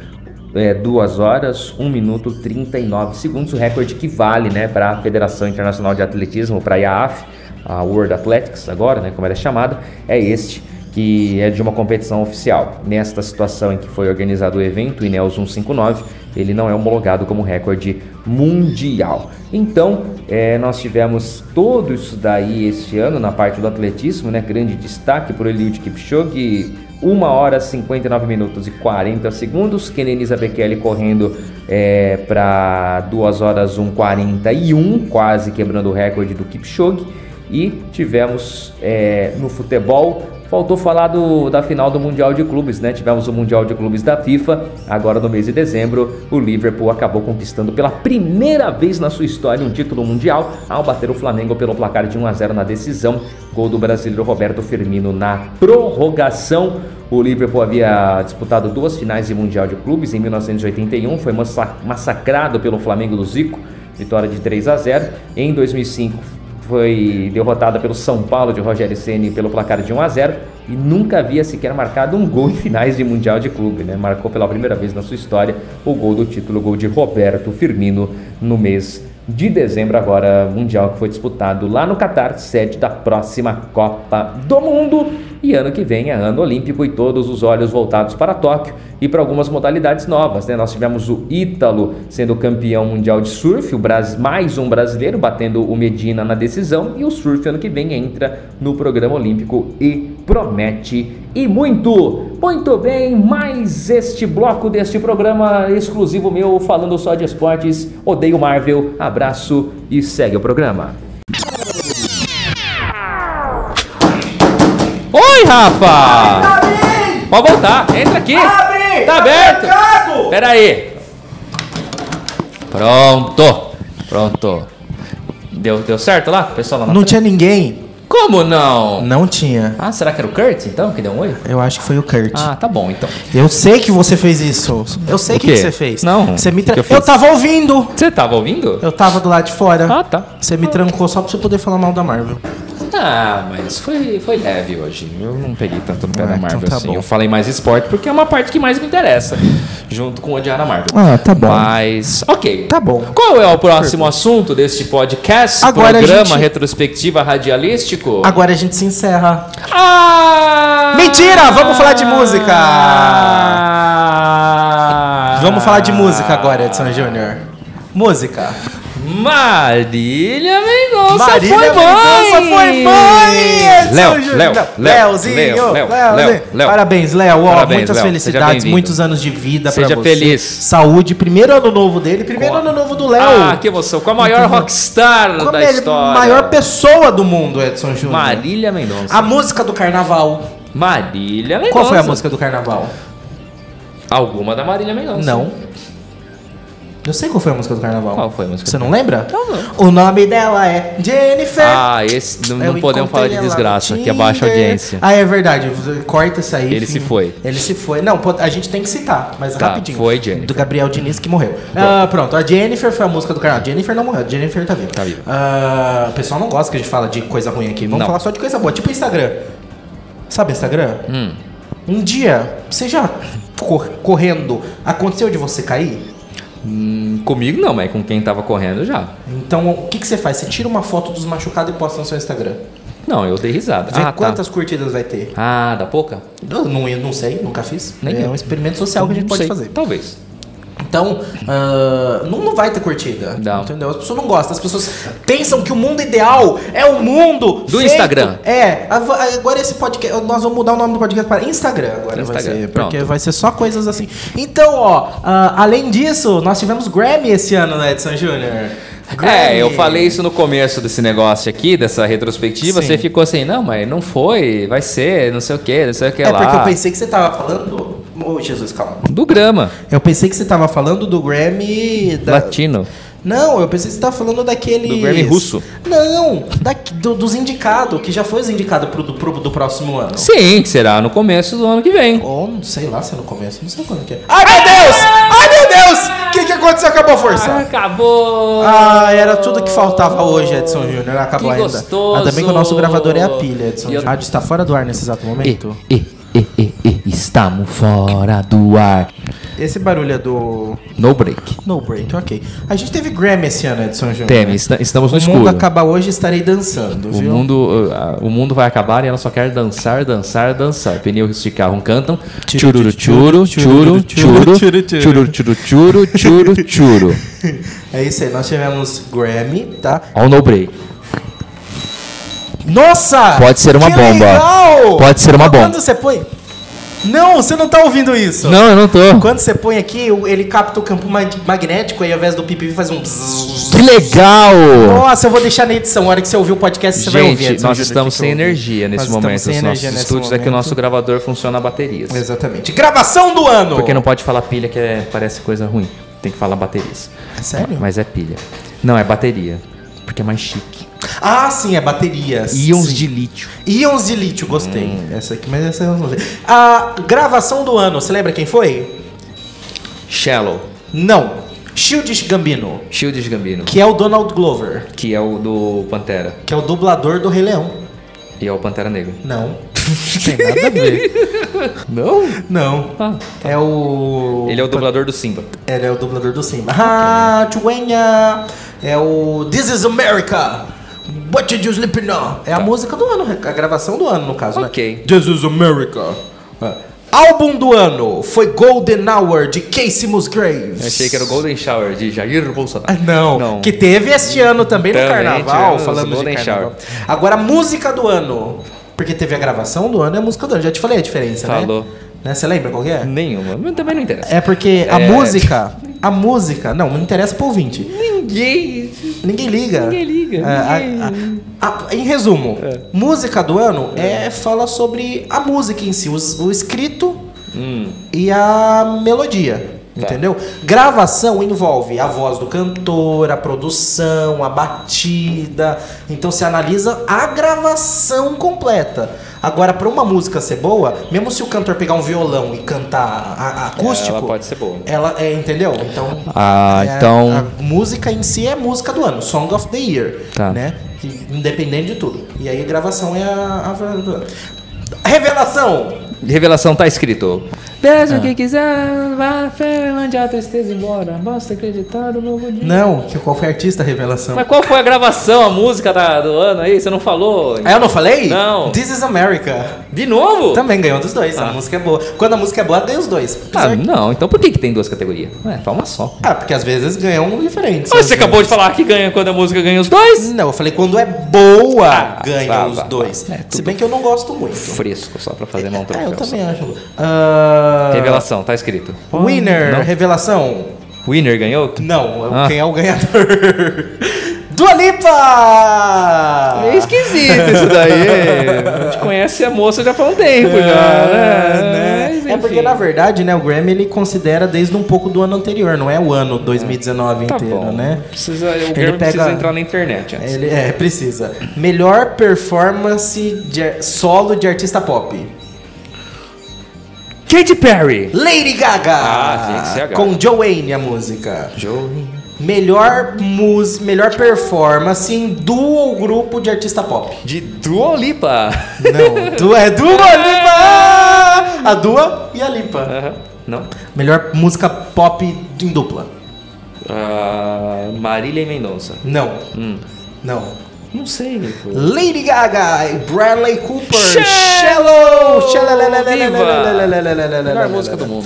S2: é, 2 horas, 1 minuto 39 segundos, o recorde que vale né, para a Federação Internacional de Atletismo, para a IAAF, a World Athletics agora, né, como ela é chamada, é este, que é de uma competição oficial. Nesta situação em que foi organizado o evento, o INEOS 159, ele não é homologado como recorde mundial. Então, é, nós tivemos todo isso daí este ano na parte do atletismo, né, grande destaque por Eliud Kipchoge, 1 hora 59 minutos e 40 segundos. Kenenisa Bekele correndo é, para 2 horas 1,41, quase quebrando o recorde do Kipchoge. E tivemos é, no futebol, faltou falar do, da final do Mundial de Clubes, né? Tivemos o Mundial de Clubes da FIFA, agora no mês de dezembro, o Liverpool acabou conquistando pela primeira vez na sua história um título mundial ao bater o Flamengo pelo placar de 1 a 0 na decisão. Gol do brasileiro Roberto Firmino na prorrogação. O Liverpool havia disputado duas finais de Mundial de Clubes em 1981, foi massacrado pelo Flamengo do Zico, vitória de 3 a 0. Em 2005 foi derrotada pelo São Paulo de Rogério Ceni pelo placar de 1 a 0 e nunca havia sequer marcado um gol em finais de Mundial de Clube, né? Marcou pela primeira vez na sua história o gol do título, o gol de Roberto Firmino no mês de dezembro agora, mundial que foi disputado lá no Catar, sede da próxima Copa do Mundo. E ano que vem é ano olímpico e todos os olhos voltados para Tóquio e para algumas modalidades novas. Né? Nós tivemos o Ítalo sendo campeão mundial de surf, o Bras... mais um brasileiro batendo o Medina na decisão. E o surf ano que vem entra no programa olímpico e promete e muito. Muito bem, mais este bloco deste programa exclusivo meu falando só de esportes. Odeio Marvel, abraço e segue o programa. Oi, Rafa! Abre! Pode voltar, entra aqui.
S3: Abre!
S2: Tá aberto.
S3: Mercado!
S2: Pera aí. Pronto, pronto. Deu, deu certo lá? O Pessoal lá na
S1: Não tinha ninguém.
S2: Como não?
S1: tá Não tinha.
S2: Ah, será que era o Kurt então que deu um oi?
S1: Eu acho que foi o Kurt.
S2: Ah, tá bom então.
S1: Eu sei que você fez isso. Eu sei
S2: O
S1: o que, que
S2: quê?
S1: você fez.
S2: Não.
S1: Você me tra...
S2: O que eu
S1: eu,
S2: fiz?
S1: tava ouvindo.
S2: Você tava ouvindo?
S1: Eu tava do lado de fora.
S2: Ah, tá.
S1: Você me trancou só pra você poder falar mal da Marvel.
S2: Ah, mas foi, foi leve hoje. Eu não peguei tanto no pé
S1: Ah,
S2: da
S1: então
S2: Marvel
S1: tá
S2: assim.
S1: bom.
S2: Eu falei mais esporte porque é uma parte que mais me interessa. Junto com odiar a Marvel.
S1: Ah, tá bom.
S2: Mas, ok.
S1: Tá bom.
S2: Qual é o próximo assunto deste podcast?
S1: Agora a
S2: Programa
S1: gente-
S2: Retrospectiva Radialístico?
S1: Agora a gente se encerra.
S2: Ah! Ah!
S1: Mentira! Vamos falar de música! Vamos falar de música agora, Edson Júnior. Música.
S2: Marília Mendonça
S1: Marília
S2: foi mãe!
S1: Mendonça foi mãe! Edson
S2: Léo,
S1: Júnior.
S2: Léo,
S1: Não,
S2: Léo,
S1: Léozinho,
S2: Léo, Léo,
S1: Léozinho.
S2: Léo, Léo.
S1: Parabéns, Léo. ó,
S2: Parabéns,
S1: muitas
S2: Léo. Seja
S1: felicidades,
S2: bem-vindo.
S1: muitos anos de vida
S2: Seja
S1: pra você.
S2: feliz.
S1: Saúde. Primeiro ano novo dele, primeiro
S2: Com a-
S1: ano novo do Léo.
S2: Ah, que emoção! Com a maior rockstar
S1: Como
S2: da
S1: ele- é
S2: história.
S1: maior pessoa do mundo, Edson Júnior.
S2: Marília Mendonça.
S1: A música do carnaval.
S2: Marília Mendonça.
S1: Qual foi a música do carnaval?
S2: Alguma da Marília Mendonça.
S1: Não. Eu sei qual foi a música do carnaval.
S2: Qual foi a música?
S1: Você não lembra?
S2: Não, não.
S1: O nome dela é Jennifer.
S2: Ah, esse não,
S1: Eu
S2: não podemos falar
S1: É
S2: de
S1: encontrei ela
S2: desgraça,
S1: no
S2: que abaixa a
S1: Tinder.
S2: audiência.
S1: Ah, é verdade. Corta isso aí.
S2: Ele
S1: enfim.
S2: se foi.
S1: Ele se foi. Não, pô, a gente tem que citar, mas
S2: Tá,
S1: rapidinho.
S2: foi Jennifer.
S1: Do Gabriel Diniz que morreu. Ah, pronto, a Jennifer foi a música do canal. Jennifer não morreu, Jennifer tá viva.
S2: Tá viva.
S1: Ah, o pessoal não gosta que a gente fala de coisa ruim aqui. Vamos
S2: Não.
S1: falar só de coisa boa. Tipo Instagram. Sabe Instagram?
S2: Hum.
S1: Um dia, você já cor- correndo, aconteceu de você cair?
S2: Hum, Comigo não, mas com quem tava correndo já.
S1: Então, o que, que você faz? Você tira uma foto dos machucados e posta no seu Instagram.
S2: Não, eu dei risada.
S1: Vê
S2: ah,
S1: quantas curtidas vai ter.
S2: tá. Ah, da pouca?
S1: Eu não, eu não sei, nunca fiz.
S2: Nem
S1: é
S2: eu.
S1: um experimento social que a gente
S2: Não
S1: pode
S2: sei,
S1: fazer.
S2: Talvez.
S1: Então, ah, não, não vai ter curtida.
S2: Não.
S1: Entendeu? As pessoas não gostam. As pessoas pensam que o mundo ideal é o mundo
S2: Do Instagram.
S1: É. av- Agora esse podcast. Nós vamos mudar o nome do podcast para Instagram agora.
S2: Instagram,
S1: Vai ser,
S2: pronto.
S1: porque vai ser só coisas assim. Então, ó, ah, além disso, nós tivemos Grammy esse ano, né, Edson Júnior? Grammy.
S2: É, eu falei isso no começo desse negócio aqui, dessa retrospectiva.
S1: Sim.
S2: Você ficou assim, não, mas não foi, vai ser, não sei o que, não sei o que
S1: É
S2: lá.
S1: porque eu pensei que você tava falando. Ô, Jesus, calma.
S2: Do grama,
S1: Eu pensei que você tava falando do Grammy. Da...
S2: latino.
S1: Não, eu pensei que você tava falando daquele.
S2: Do Grammy russo.
S1: Não, da- do- dos indicados, que já foi os indicados pro, do, pro- do próximo ano.
S2: Sim, que será no começo do ano que vem.
S1: Ou não sei lá se é no começo, não sei quando que é. Ai meu Deus! Ai meu Deus! O que, que aconteceu? Acabou a força!
S2: Acabou!
S1: Ah, era tudo que faltava hoje, Edson Júnior. Acabou
S2: Que
S1: ainda.
S2: gostoso.
S1: Ainda bem que o nosso gravador é a pilha, Edson
S2: E eu-
S1: Júnior. A rádio está tá fora do ar nesse exato momento.
S2: E, e, e, e, estamos fora do ar.
S1: Esse barulho é do.
S2: No break.
S1: No break, ok. A gente teve Grammy esse ano, Edson Júnior.
S2: Teme, esta- estamos no
S1: É. O mundo
S2: escuro.
S1: acaba hoje, estarei dançando,
S2: O
S1: viu?
S2: mundo, uh, ah, o mundo vai acabar e ela só quer dançar, dançar, dançar. Pneus de carro cantam. Chururu, churu, churu, churu, churu, churu, churu, churu, churu.
S1: É isso aí, nós tivemos Grammy, tá?
S2: Ó, o no break.
S1: Nossa!
S2: Pode ser uma
S1: que
S2: bomba.
S1: Legal!
S2: Pode ser uma bomba.
S1: Quando você põe. Não, você não tá ouvindo isso.
S2: Não, eu não tô.
S1: Quando você põe aqui, o- ele capta o campo mag- magnético e ao invés do pipi faz um. bzzz.
S2: Que legal!
S1: Nossa, eu vou deixar na edição. A hora que você ouvir o podcast, você vai ouvir.
S2: Gente,
S1: Edson
S2: nós
S1: Júnior,
S2: estamos
S1: tem que
S2: sem
S1: ouvir.
S2: energia nesse
S1: Nós estamos
S2: momento.
S1: sem
S2: Os nossos
S1: energia nesse
S2: estúdios é que o
S1: momento.
S2: nosso gravador funciona a baterias.
S1: Exatamente. Gravação do ano!
S2: Porque não pode falar pilha que é- parece coisa ruim. Tem que falar baterias.
S1: Sério?
S2: Mas é pilha. Não, é bateria. Porque é mais chique.
S1: Ah, sim, é baterias.
S2: Íons Hum.
S1: Sim.
S2: de lítio.
S1: Íons de lítio, gostei. Essa aqui, mas essa eu não sei. A gravação do ano, você lembra quem foi?
S2: Shallow.
S1: Não. Shields Gambino,
S2: Shields Gambino.
S1: que é o Donald Glover,
S2: Que é o do Pantera.
S1: que é o dublador do Rei Leão.
S2: E é o Pantera Negro. (laughs)
S1: Não. Tem nada a ver.
S2: Não?
S1: Não.
S2: Ah.
S1: É o.
S2: Ele é o dublador do Simba.
S1: Ele é o dublador do Simba. Ah, Tchuenha! É o This is America! What did you sleep now? É a música do ano, a gravação do ano, no caso, né?
S2: Tá. Ok.
S1: This is America! É. Álbum do ano foi Golden Hour de Casey Musgraves.
S2: Eu achei que era o Golden Shower de Jair
S1: Ah,
S2: Bolsonaro.
S1: Não,
S2: Não.
S1: que teve este ano também, no
S2: Também
S1: carnaval,
S2: tivemos
S1: falando de
S2: Golden
S1: carnaval. Agora, música do ano. Porque teve a gravação do ano e a música do ano. Já te falei a diferença,
S2: Falou.
S1: né? Né? Você lembra qual que é?
S2: Nenhuma. Mas também não interessa.
S1: É porque a
S2: É.
S1: música, a música, não, não interessa pro ouvinte.
S2: Ninguém.
S1: Ninguém liga.
S2: Ninguém liga,
S1: É, a-
S2: ninguém- É.
S1: a- a- em resumo, música do ano é. fala sobre a música em si, o, o escrito
S2: Hum.
S1: e a melodia.
S2: Tá.
S1: Entendeu? Gravação envolve a voz do cantor, a produção, a batida. Então se analisa a gravação completa. Agora, pra uma música ser boa, mesmo se o cantor pegar um violão e cantar a- a- acústico,
S2: Ela pode ser boa.
S1: ela é, entendeu? Então.
S2: Ah,
S1: é,
S2: então-
S1: A música em si é música do ano, Song of the Year.
S2: Tá.
S1: Né? Que, independente de tudo. E aí a gravação é a. a- a- Revelação!
S2: Ah. Revelação tá escrito. Peça o que quiser, vá, Fernandia, a tristeza embora. Basta acreditar no novo dia.
S1: Não, que qual foi a artista revelação?
S2: Mas qual foi a gravação, a música da- do ano aí? Você não falou?
S1: Ah, eu não falei?
S2: Não.
S1: This is America.
S2: De novo?
S1: Também ganhou dos dois. A
S2: Ah.
S1: música é boa. Quando a música é boa, ganha os dois.
S2: Ah,
S1: Apesar-
S2: não, então por que, que tem duas categorias? Ué, fala uma só.
S1: Ah, porque às vezes ganha um diferente.
S2: Ah, Mas você acabou de falar que ganha quando a música ganha os dois?
S1: Não, eu falei quando é boa,
S2: Ah,
S1: ganha
S2: tá,
S1: os
S2: tá, tá.
S1: dois.
S2: É, tudo
S1: Se bem que eu não gosto muito.
S2: Fresco, só pra fazer mão
S1: Ah,
S2: troféu.
S1: eu
S2: só.
S1: também acho. Ah,
S2: Revelação, tá escrito.
S1: Winner,
S2: Não.
S1: revelação.
S2: Winner ganhou?
S1: Não, eu-
S2: Ah.
S1: quem é o ganhador? (laughs) Dua Lipa!
S2: É esquisito isso daí. A gente conhece a moça já faz um tempo já, né?
S1: É, né?
S2: Mas,
S1: É porque,
S2: enfim.
S1: na verdade, né, o Grammy ele considera desde um pouco do ano anterior, não é o ano 2019
S2: Tá
S1: inteiro,
S2: bom.
S1: né?
S2: Precisa, o Grammy precisa
S1: pega-
S2: entrar na internet antes.
S1: Ele, é, precisa. Melhor performance de- solo de artista pop.
S2: Katy Perry.
S1: Lady Gaga!
S2: Ah, tinha que ser a Gaga.
S1: Com Joanne a música. Melhor mus, melhor performance em duo ou grupo de artista pop.
S2: De Dua Lipa. (laughs)
S1: Não, du, é Dua Lipa! A Dua e a Lipa.
S2: Aham, Não?
S1: Melhor música pop em dupla.
S2: Ah, Marília Mendonça.
S1: Não,
S2: Hum,
S1: não.
S2: Não sei.
S1: Lady Gaga e Bradley Cooper.
S2: Shallow!
S1: Shallow!
S2: Melhor música do mundo.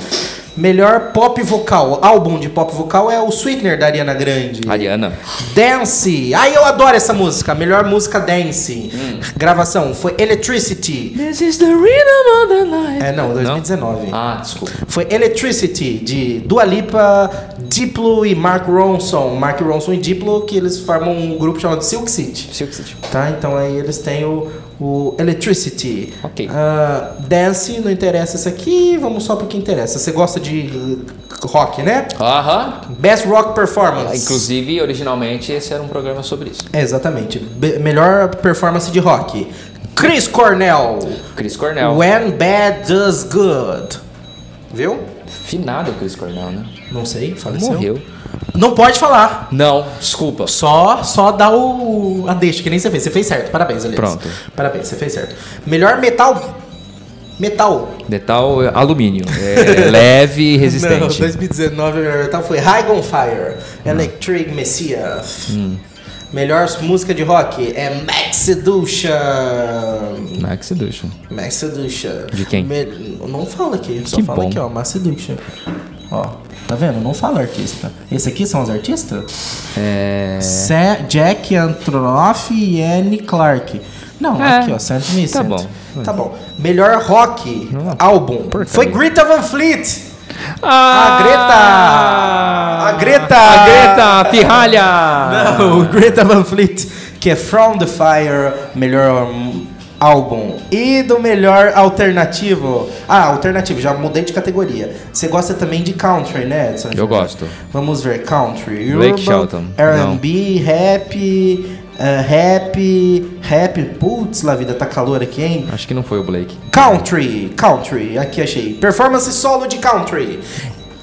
S1: Melhor pop vocal. Álbum de pop vocal é o Sweetener da Ariana Grande.
S2: Ariana.
S1: Dance. Ai, eu adoro essa música. Melhor música dance.
S2: Hum.
S1: Gravação foi Electricity.
S2: This is the rhythm of the night.
S1: É, não, 2019.
S2: Ah, desculpa.
S1: Foi Electricity, de Dua Lipa, Diplo e Mark Ronson. Mark Ronson e Diplo, que eles formam um grupo chamado Silk City.
S2: Silk City.
S1: Tá? Então aí eles têm o, o Electricity.
S2: Ok.
S1: Ah, dance, não interessa isso aqui, vamos só pro que interessa. Você gosta de uh, rock, né?
S2: Aham.
S1: Best Rock Performance.
S2: Ah, Inclusive, originalmente, esse era um programa sobre isso.
S1: É, exatamente. Be- melhor performance de rock. Chris Cornell.
S2: Chris Cornell.
S1: When Bad Does Good. Viu?
S2: Finado Chris Cornell, né?
S1: Não sei, faleceu.
S2: Morreu.
S1: Não pode falar.
S2: Não, desculpa.
S1: Só, só dá o. a deixa, que nem você fez. Você fez certo. Parabéns, Elias.
S2: Pronto.
S1: Parabéns, você fez certo. Melhor metal. Metal.
S2: Metal é alumínio.
S1: (laughs)
S2: É leve e
S1: Não,
S2: resistente.
S1: 2019 o melhor metal foi High on Fire, Electric Messias.
S2: Hum.
S1: Melhor música de rock é Max Seduction.
S2: Max Seduction.
S1: Max Seduction.
S2: De quem?
S1: Me- Não fala aqui, só
S2: Que
S1: fala
S2: bom.
S1: aqui, ó. Max Seduction. Ó, tá vendo? Não fala artista. Esse aqui são os artistas?
S2: É.
S1: Sa- Jack Antonoff e Anne Clark. Não,
S2: É.
S1: aqui, ó, Saint Vincent.
S2: bom.
S1: Tá bom. Melhor rock, álbum.
S2: porcaria.
S1: Foi Greta Van Fleet. A
S2: Ah!
S1: Greta! A Greta!
S2: A Greta! Pirralha!
S1: Não, Greta Van Fleet, que é From the Fire, melhor hum, álbum. E do melhor alternativo. Ah, alternativo, já mudei de categoria. Você gosta também de country, né, Edson?
S2: Eu gosto.
S1: Vamos ver, country,
S2: Blake
S1: urban,
S2: Shelton,
S1: R&B, rap, eh, rap, rap, putz, la vida tá calor aqui, hein?
S2: Acho que não foi o Blake.
S1: Country, country, aqui achei. Performance solo de country.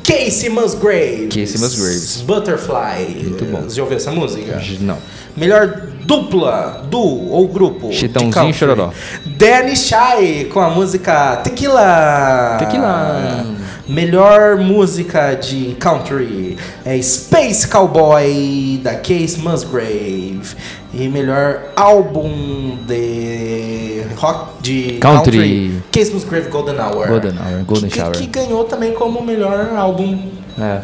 S1: Casey Musgraves.
S2: Casey Musgraves.
S1: Butterfly.
S2: Muito bom.
S1: Já ouviu essa música?
S2: Não.
S1: Melhor dupla, duo ou grupo. de
S2: Chitãozinho e
S1: country.
S2: Chororó.
S1: Danny Shy com a música Tequila.
S2: Tequila.
S1: Melhor música de country é Space Cowboy da Case Musgrave. E melhor álbum de rock de
S2: Country.
S1: Case Musgrave Golden Hour.
S2: Golden Hour, Golden
S1: que,
S2: Shower.
S1: Que, que ganhou também como melhor álbum
S2: É.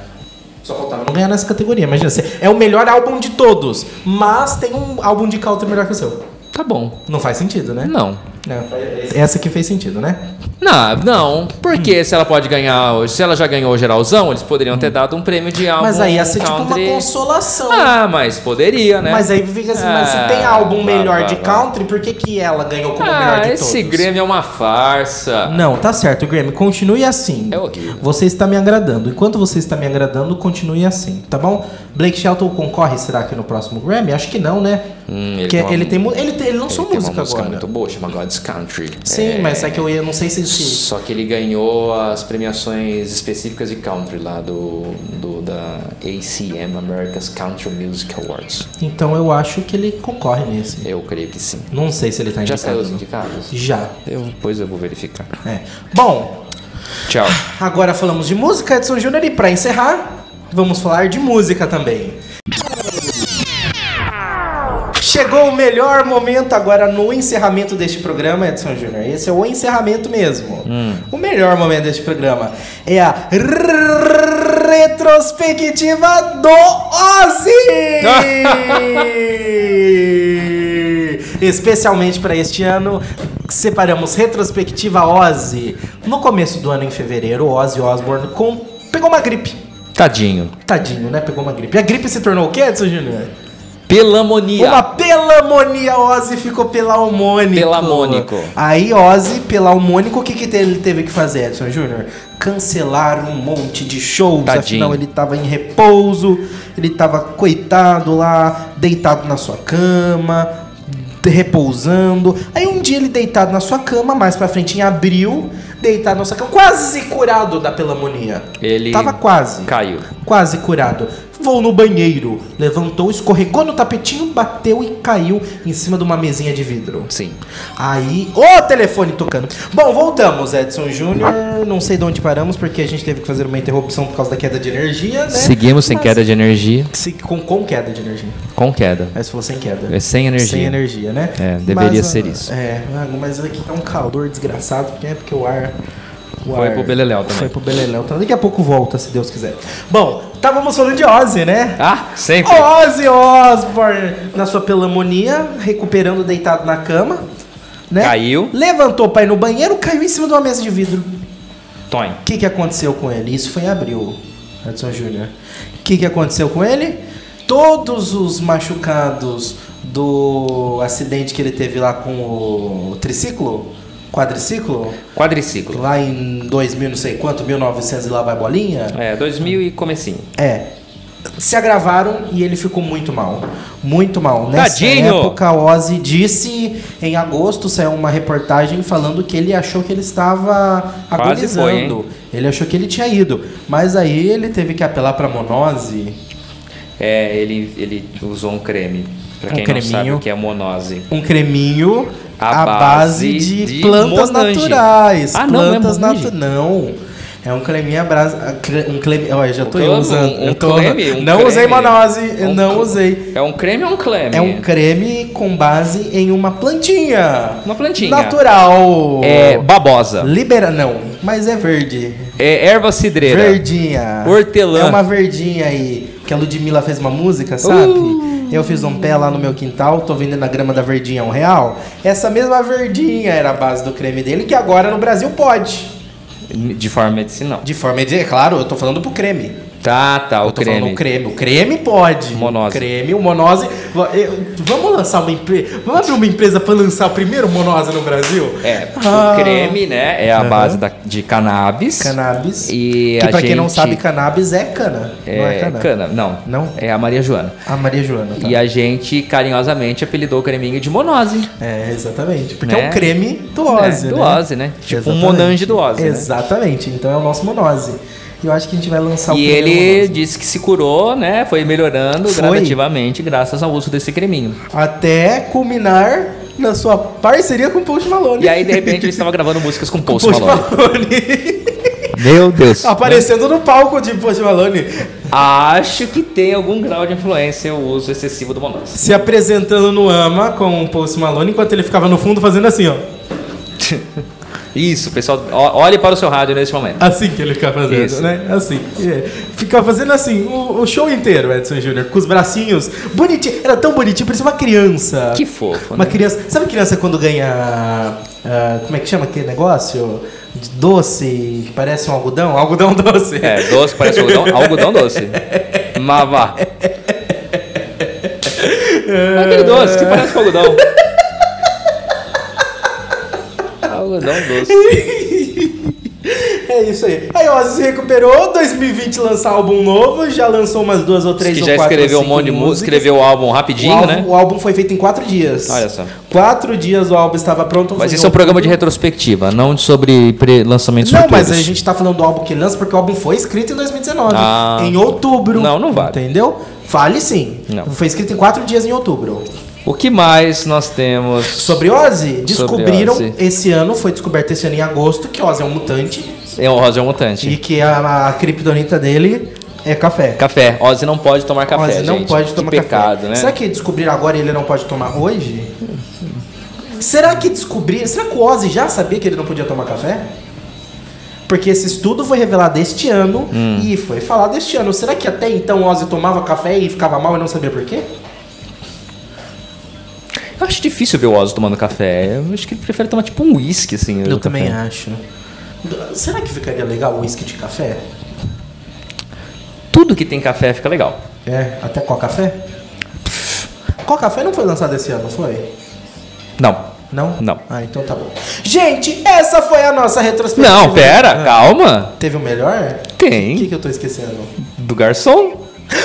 S1: só faltava não ganhar nessa categoria, imagina. você- É o melhor álbum de todos, mas tem um álbum de country melhor que o seu.
S2: Tá bom.
S1: Não faz sentido, né?
S2: Não.
S1: É, Essa aqui fez sentido, né?
S2: Não, não. Porque se ela pode ganhar hoje, se ela já ganhou o geralzão, eles poderiam ter dado um prêmio de álbum. um
S1: mas aí ia ser tipo uma
S2: country.
S1: consolação.
S2: Ah, mas poderia, né?
S1: Mas aí fica assim, mas se tem
S2: Ah,
S1: álbum
S2: vá,
S1: melhor
S2: vá,
S1: de
S2: vá.
S1: country, por que, que ela ganhou como melhor
S2: Ah,
S1: de
S2: esse
S1: todos?
S2: Grêmio é uma farsa.
S1: Não, tá certo, Grêmio. Continue assim.
S2: É horrível.
S1: Você está me agradando. Enquanto você está me agradando, continue assim, tá bom? Blake Shelton concorre, será que no próximo Grammy? Acho que não, né?
S2: Hum, ele
S1: Porque
S2: tem uma-
S1: ele, tem, mu- ele, tem, ele lançou
S2: Ele tem
S1: música
S2: uma música
S1: agora.
S2: muito boa, chama God's Country.
S1: Sim,
S2: É,
S1: mas é que eu ia- não sei se. se-
S2: Só que ele ganhou as premiações específicas de country lá do, do- da ACM, America's Country Music Awards.
S1: Então eu acho que ele concorre nesse.
S2: Eu creio que sim.
S1: Não sei se ele tá
S2: Já
S1: indicado.
S2: saiu os
S1: não.
S2: indicados?
S1: Já.
S2: Eu, depois eu vou verificar.
S1: É. Bom,
S2: Tchau.
S1: Agora falamos de música, Edson Júnior, e pra encerrar, vamos falar de música também. Chegou o melhor momento agora no encerramento deste programa, Edson Júnior. Esse é o encerramento mesmo. O melhor momento deste programa é a retrospectiva do Ozzy! Especialmente para este ano, separamos retrospectiva Ozzy. No começo do ano, em fevereiro, o Ozzy Osbourne com- pegou uma gripe.
S2: Tadinho.
S1: Tadinho, né? Pegou uma gripe. E a gripe se tornou o quê, Edson Júnior?
S2: Pelamonia.
S1: Uma pelamonia, Ozzy ficou pelaumônico.
S2: Pelamônico.
S1: Aí Ozzy, pelaumônico, o que, que te- ele teve que fazer, Edson Júnior? Cancelar um monte de shows.
S2: Tadinho.
S1: Afinal, ele tava em repouso, ele tava coitado lá, deitado na sua cama, de- repousando. Aí um dia ele deitado na sua cama, mais pra frente em abril, deitado na sua cama, quase curado da pelamonia.
S2: Ele
S1: Tava quase
S2: caiu.
S1: quase curado. Vou no banheiro. Levantou, escorregou no tapetinho, bateu e caiu em cima de uma mesinha de vidro.
S2: Sim.
S1: Aí, o telefone tocando. Bom, voltamos, Edson Júnior. Não sei de onde paramos, porque a gente teve que fazer uma interrupção por causa da queda de energia, né?
S2: Seguimos sem
S1: Mas-
S2: queda de energia.
S1: Se- com, com queda de energia.
S2: Com queda.
S1: Aí você falou sem queda.
S2: É sem energia.
S1: Sem energia, né?
S2: É, deveria
S1: Mas,
S2: ser
S1: ah,
S2: isso.
S1: É, ah, mas aqui tá um calor desgraçado, porque é porque o ar. O
S2: Foi
S1: ar-
S2: pro beleléu também.
S1: Foi pro Beleléu. Então daqui a pouco volta, se Deus quiser. Bom, estávamos falando de Ozzy, né?
S2: Ah, sempre.
S1: Ozzy Osbourne, na sua pelamonia, recuperando deitado na cama. Né?
S2: Caiu.
S1: Levantou pra ir no banheiro, caiu em cima de uma mesa de vidro.
S2: Tonho.
S1: O que, que aconteceu com ele? Isso foi em abril, Edson Júnior. O que, que aconteceu com ele? Todos os machucados do acidente que ele teve lá com o triciclo, quadriciclo,
S2: Quadriciclo.
S1: lá em 2000 não sei quanto, 1900 e lá vai bolinha.
S2: É, 2000 e comecinho.
S1: É. Se agravaram e ele ficou muito mal. Muito mal. Nessa
S2: Tadinho!
S1: época, o Ozzy disse, em agosto, saiu uma reportagem falando que ele achou que ele estava
S2: Quase
S1: agonizando.
S2: foi, hein?
S1: ele achou que ele tinha ido. Mas aí ele teve que apelar pra monose.
S2: É, ele, ele usou um creme. Pra
S1: Um
S2: quem
S1: creminho.
S2: não sabe o que é monose.
S1: Um creminho
S2: À
S1: à base,
S2: base
S1: de,
S2: de
S1: plantas
S2: monange.
S1: naturais.
S2: Ah, não, é
S1: plantas
S2: monange?
S1: natu- Não. É um creminho à brasa. a cre- Um creme. Olha, já tô
S2: Um clame,
S1: usando.
S2: um
S1: eu tô-
S2: creme, um
S1: não usei
S2: creme.
S1: monose. eu
S2: Um
S1: não
S2: cl-
S1: usei.
S2: É um creme ou um cleme?
S1: É um creme com base em uma plantinha.
S2: Uma plantinha.
S1: Natural.
S2: É babosa.
S1: Libera, não, mas é verde.
S2: É erva cidreira.
S1: Verdinha.
S2: Hortelã. Uh.
S1: É uma verdinha aí. Que a Ludmilla fez uma música, sabe? Eu fiz um pé lá no meu quintal, tô vendendo a grama da verdinha a um real. Essa mesma verdinha era a base do creme dele, que agora no Brasil pode.
S2: De forma medicinal.
S1: De forma de. É claro, eu tô falando pro creme.
S2: Tá, tá, o
S1: Eu tô falando
S2: creme.
S1: o creme. O creme pode.
S2: Monose.
S1: O creme, o monose. Va- eu- Vamos lançar uma empresa. Vamos abrir uma empresa pra lançar o primeiro monose no Brasil?
S2: É,
S1: Ah.
S2: o creme, né, é a base da- de cannabis.
S1: Cannabis.
S2: E
S1: que
S2: a
S1: pra quem não
S2: gente-
S1: sabe, cannabis é cana.
S2: É,
S1: não é cana.
S2: Não.
S1: Não?
S2: É a Maria Joana.
S1: A Maria Joana. tá.
S2: E a gente carinhosamente apelidou o creminho de monose.
S1: É, exatamente. Porque é
S2: Né?
S1: um creme do Ozzy,
S2: É, do
S1: né?
S2: Ozzy, né? Tipo um monange do Ozzy, né?
S1: Exatamente. Então é o nosso monose. E eu acho que a gente vai lançar o
S2: E
S1: primeiro
S2: ele
S1: monose.
S2: disse que se curou, né? Foi melhorando
S1: Foi.
S2: gradativamente graças ao uso desse creminho.
S1: Até culminar na sua parceria com o Post Malone.
S2: E
S1: (laughs)
S2: aí, de repente, ele estava gravando músicas com Post
S1: Post
S2: Malone.
S1: Malone.
S2: Meu Deus.
S1: Aparecendo no palco de Post Malone,
S2: Acho que tem algum grau de influência o uso excessivo do monose.
S1: se apresentando no AMA com o Post Malone, enquanto ele ficava no fundo fazendo assim, ó.
S2: Isso, pessoal. ó- Olhe para o seu rádio nesse momento.
S1: Assim que ele ficava fazendo,
S2: Isso.
S1: né? Assim. é. Ficava fazendo assim, o, o show inteiro, Edson Júnior, com os bracinhos. Bonitinho, era tão bonitinho, parecia uma criança.
S2: Que fofo,
S1: Uma
S2: né?
S1: criança. Sabe criança quando ganha. ah, como é que chama aquele negócio? De Doce, que parece um algodão? Algodão (laughs) doce.
S2: É, doce, parece algodão, algodão doce. Mavá. Aquele doce que parece com algodão. algodão doce.
S1: (laughs) É isso aí. Aí o Ozzy se recuperou, 2020 lançar álbum novo, já lançou umas duas ou três
S2: Que
S1: ou
S2: já
S1: quatro,
S2: escreveu um
S1: cinco
S2: monte de música,
S1: músicas.
S2: escreveu o álbum
S1: o
S2: rapidinho,
S1: álbum,
S2: né?
S1: O álbum foi feito em quatro dias.
S2: Olha só.
S1: Quatro dias o álbum estava pronto.
S2: Mas
S1: foi
S2: esse é um
S1: em
S2: programa de
S1: outubro.
S2: retrospectiva, não sobre pre- lançamentos
S1: Não,
S2: futuros.
S1: mas a gente tá falando do álbum que ele lança porque o álbum foi escrito em 2019.
S2: Ah.
S1: em outubro.
S2: Não, não vale.
S1: Entendeu? Vale sim.
S2: Não.
S1: Foi escrito em quatro dias em outubro.
S2: O que mais nós temos?
S1: Sobre Ozzy, descobriram
S2: Ozzy.
S1: esse ano, foi descoberto esse ano em agosto, que Ozzy é um mutante
S2: É o Ozzy é um mutante.
S1: e que a, a criptonita dele é café.
S2: Café. Ozzy não pode tomar café,
S1: Ozzy não
S2: gente.
S1: pode
S2: Que
S1: tomar
S2: pecado,
S1: café.
S2: né?
S1: Será que descobriram agora e ele não pode tomar hoje? Será que descobriram? Será que o Ozzy já sabia que ele não podia tomar café? Porque esse estudo foi revelado este ano
S2: Hum.
S1: e foi falado este ano. Será que até então o Ozzy tomava café e ficava mal e não sabia por quê?
S2: Eu acho difícil ver o Ozzy tomando café. Eu acho que ele prefere tomar tipo um uísque, assim.
S1: Eu
S2: o
S1: também
S2: café.
S1: acho. Será que ficaria legal o uísque de café?
S2: Tudo que tem café fica legal.
S1: É, até qual café? Qual café não foi lançado esse ano, foi?
S2: Não.
S1: Não?
S2: Não.
S1: Ah, então tá bom. Gente, essa foi a nossa retrospectiva.
S2: Não, pera,
S1: Ah,
S2: calma.
S1: Teve o melhor? O que,
S2: Tem.
S1: que eu tô esquecendo?
S2: Do garçom.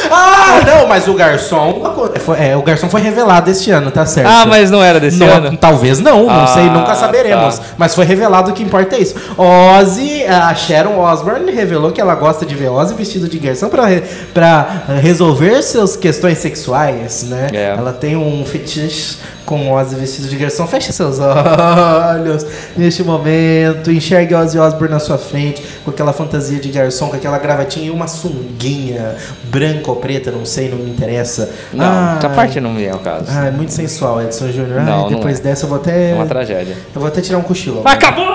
S1: Ah, não, mas o garçom. Foi- É, o garçom foi revelado este ano, tá certo.
S2: Ah, mas não era desse
S1: Não,
S2: ano.
S1: Talvez não, não
S2: Ah,
S1: sei, nunca saberemos.
S2: tá.
S1: Mas foi revelado o que importa é isso. Ozzy, a Sharon Osbourne revelou que ela gosta de ver Ozzy vestido de garçom pra, re- pra eh, resolver suas questões sexuais, né?
S2: É.
S1: Ela tem um fetiche com Ozzy vestido de garçom. Feche seus olhos neste momento, enxergue Ozzy Osbourne na sua frente, com aquela fantasia de garçom, com aquela gravatinha e uma sunguinha branca ou preta, não sei, não me interessa.
S2: Não, essa
S1: Ai,
S2: parte não é o caso.
S1: ah, é muito sensual, Edson Júnior.
S2: Não,
S1: Ai,
S2: não
S1: depois
S2: é.
S1: dessa eu vou
S2: É
S1: até.
S2: uma tragédia.
S1: Eu vou até tirar um cochilo.
S2: Acabou!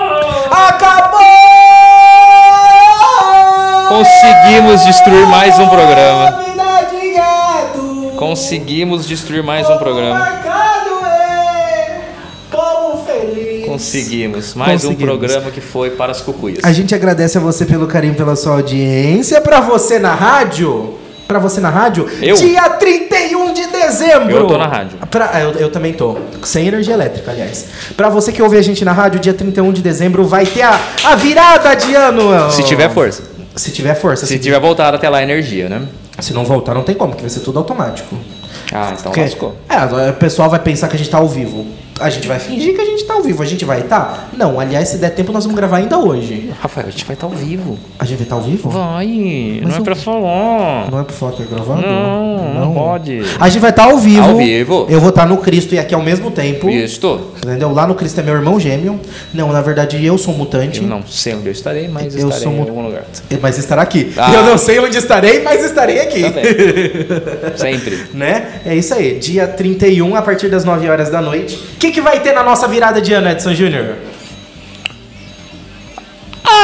S1: Acabou!
S2: Conseguimos destruir mais um programa.
S1: Novidade em gato.
S2: Conseguimos destruir mais um
S1: Como
S2: programa.
S1: Marcado é povo feliz.
S2: Conseguimos. Mais um
S1: Conseguimos.
S2: programa que foi para as cucuias.
S1: A gente agradece a você pelo carinho, pela sua audiência. Pra você na rádio. Pra você na rádio?
S2: Eu?
S1: Dia 31 de dezembro.
S2: Eu tô na rádio.
S1: Pra- ah, eu, eu também tô. Sem energia elétrica, aliás. Pra você que ouve a gente na rádio, dia 31 de dezembro vai ter a, a virada de ano.
S2: Se tiver força.
S1: Se tiver força.
S2: Se
S1: Se,
S2: tiver voltado até lá a energia, né?
S1: se não voltar, não tem como, que vai ser tudo automático.
S2: Ah, então
S1: Porque-
S2: lascou.
S1: É, o pessoal vai pensar que a gente tá ao vivo. A gente vai fingir que a gente tá ao vivo. A gente vai estar? Não, aliás, se der tempo, nós vamos gravar ainda hoje.
S2: Rafael, a gente vai estar ao vivo.
S1: A gente vai estar ao vivo?
S2: Vai,
S1: Mas
S2: não é
S1: eu-
S2: pra falar.
S1: Não é pro Fokker gravando?
S2: Não, não pode.
S1: A gente vai estar ao vivo.
S2: Ao vivo.
S1: Eu vou estar no Cristo e aqui ao mesmo tempo.
S2: Isto.
S1: Entendeu? Lá no Cristo é meu irmão gêmeo. Não, na verdade eu sou um mutante.
S2: Eu não sei onde eu estarei, mas
S1: Eu
S2: estarei
S1: sou
S2: em
S1: mu-
S2: algum lugar.
S1: Mas estará aqui.
S2: Ah. Tá
S1: Eu não sei onde estarei, mas estarei aqui.
S2: Também. Sempre.
S1: (laughs) né? É isso aí. Dia 31, a partir das 9 horas da noite. O que, que vai ter na nossa virada de ano, Edson Júnior?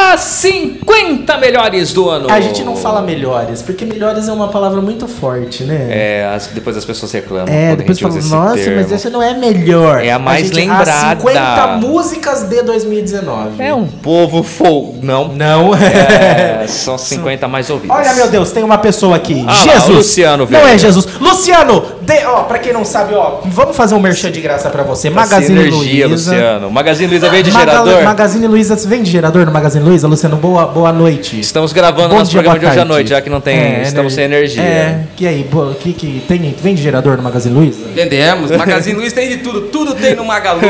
S2: As 50 melhores do ano.
S1: A gente não fala melhores, porque melhores é uma palavra muito forte, né?
S2: É, as- depois as pessoas reclamam.
S1: É,
S2: quando a
S1: depois
S2: gente usa
S1: fala,
S2: esse
S1: nossa,
S2: termo.
S1: mas essa não é melhor.
S2: É a mais
S1: gente-
S2: lembrada.
S1: As 50 músicas de 2019.
S2: (laughs)
S1: (laughs)
S2: É um povo fogo. Não.
S1: Não.
S2: É, são 50 mais ouvidas.
S1: Olha, meu Deus, tem uma pessoa aqui.
S2: Ah lá,
S1: Jesus.
S2: o Luciano veio.
S1: Não é Jesus. Luciano, dê- ó, pra quem não sabe, ó, vamos fazer um merchan de graça pra você. Magazine
S2: Energia,
S1: Luiza.
S2: Luciano. Magazine Luiza veio de
S1: Magal-
S2: gerador.
S1: Magazine Luiza, você vende gerador no Magazine Luiza? Luciano, boa, boa noite.
S2: Estamos gravando
S1: Bom
S2: nosso
S1: dia,
S2: programa
S1: boa
S2: de hoje à
S1: tarde.
S2: noite, já que não tem.
S1: É,
S2: estamos sem energia.
S1: É, e aí, boa, que, que, tem, vende gerador no Magazine Luiza?
S3: Vendemos. Magazine Luiz tem de tudo. Tudo tem no
S2: (laughs)
S3: Magalu.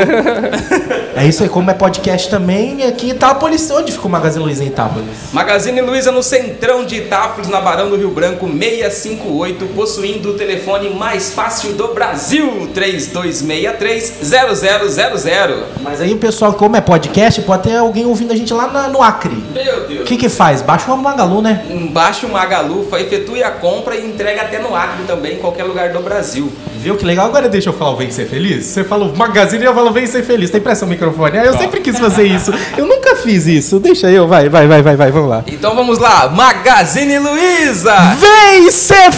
S1: É isso aí, como é podcast também, aqui em Itápolis, onde fica o Magazine Luiza em Itápolis?
S3: Magazine Luiza no centrão de Itápolis, na Barão do Rio Branco, 658, possuindo o telefone mais fácil do Brasil, 3263-0000.
S1: Mas aí o pessoal, como é podcast, pode ter alguém ouvindo a gente lá na- no Acre.
S3: Meu
S1: O
S3: Deus.
S1: que que faz? Baixa o Magalu, né?
S3: Baixa o Magalu, fa- efetue a compra e entrega até no Acre também, em qualquer lugar do Brasil.
S1: Viu que legal? Agora deixa eu falar o Vem Ser Feliz. Você fala o Magazine e eu falo Vem Ser Feliz. Tem pressa o microfone. Ah, eu sempre quis fazer isso. Eu nunca fiz isso. Deixa eu. Vai, vai, vai, vai, vai. Vamos lá.
S3: Então vamos lá, Magazine Luiza!
S1: Vem Ser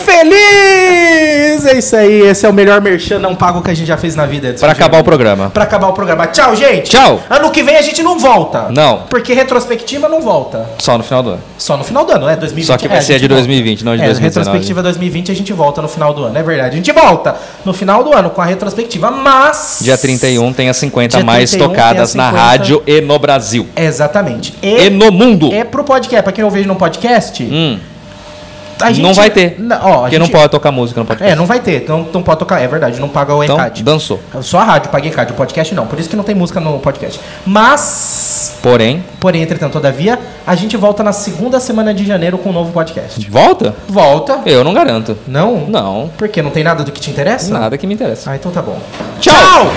S1: Feliz! É isso aí. Esse é o melhor merchan não pago que a gente já fez na vida. Edson
S2: Pra
S1: Júnior.
S2: acabar o programa.
S1: Pra acabar o programa. Tchau, gente.
S2: Tchau.
S1: Ano que vem a gente não volta.
S2: Não.
S1: Porque retrospectiva não volta.
S2: Só no final do ano.
S1: Só no final do ano, é 2020.
S2: Só que vai
S1: é, a
S2: ser
S1: gente
S2: de
S1: volta.
S2: 2020, não de
S1: é,
S2: 2019.
S1: retrospectiva 2020 a gente volta no final do ano, é verdade. A gente volta no final do ano com a retrospectiva, mas.
S2: Dia 31 tem as 50
S1: Dia
S2: mais
S1: 31 tem as
S2: tocadas na
S1: 50.
S2: rádio e no Brasil.
S1: Exatamente.
S2: E, no mundo.
S1: É pro podcast, pra quem eu vejo no podcast.
S2: Hum,
S1: a gente-
S2: não vai ter.
S1: Não, ó, a
S2: porque não
S1: gente-
S2: pode tocar música no podcast.
S1: É, não vai ter, não, não pode tocar, é verdade, não paga o
S2: então,
S1: ECAD.
S2: dançou.
S1: Só a rádio paga ECAD, o podcast não, por isso que não tem música no podcast. Mas.
S2: Porém,
S1: Porém, entretanto, todavia, a gente volta na segunda semana de janeiro com um novo podcast.
S2: volta?
S1: Volta?
S2: Eu não garanto.
S1: Não?
S2: Não.
S1: Porque não tem nada do que te interessa?
S2: Nada que me interessa.
S1: Ah, então tá bom.
S2: Tchau!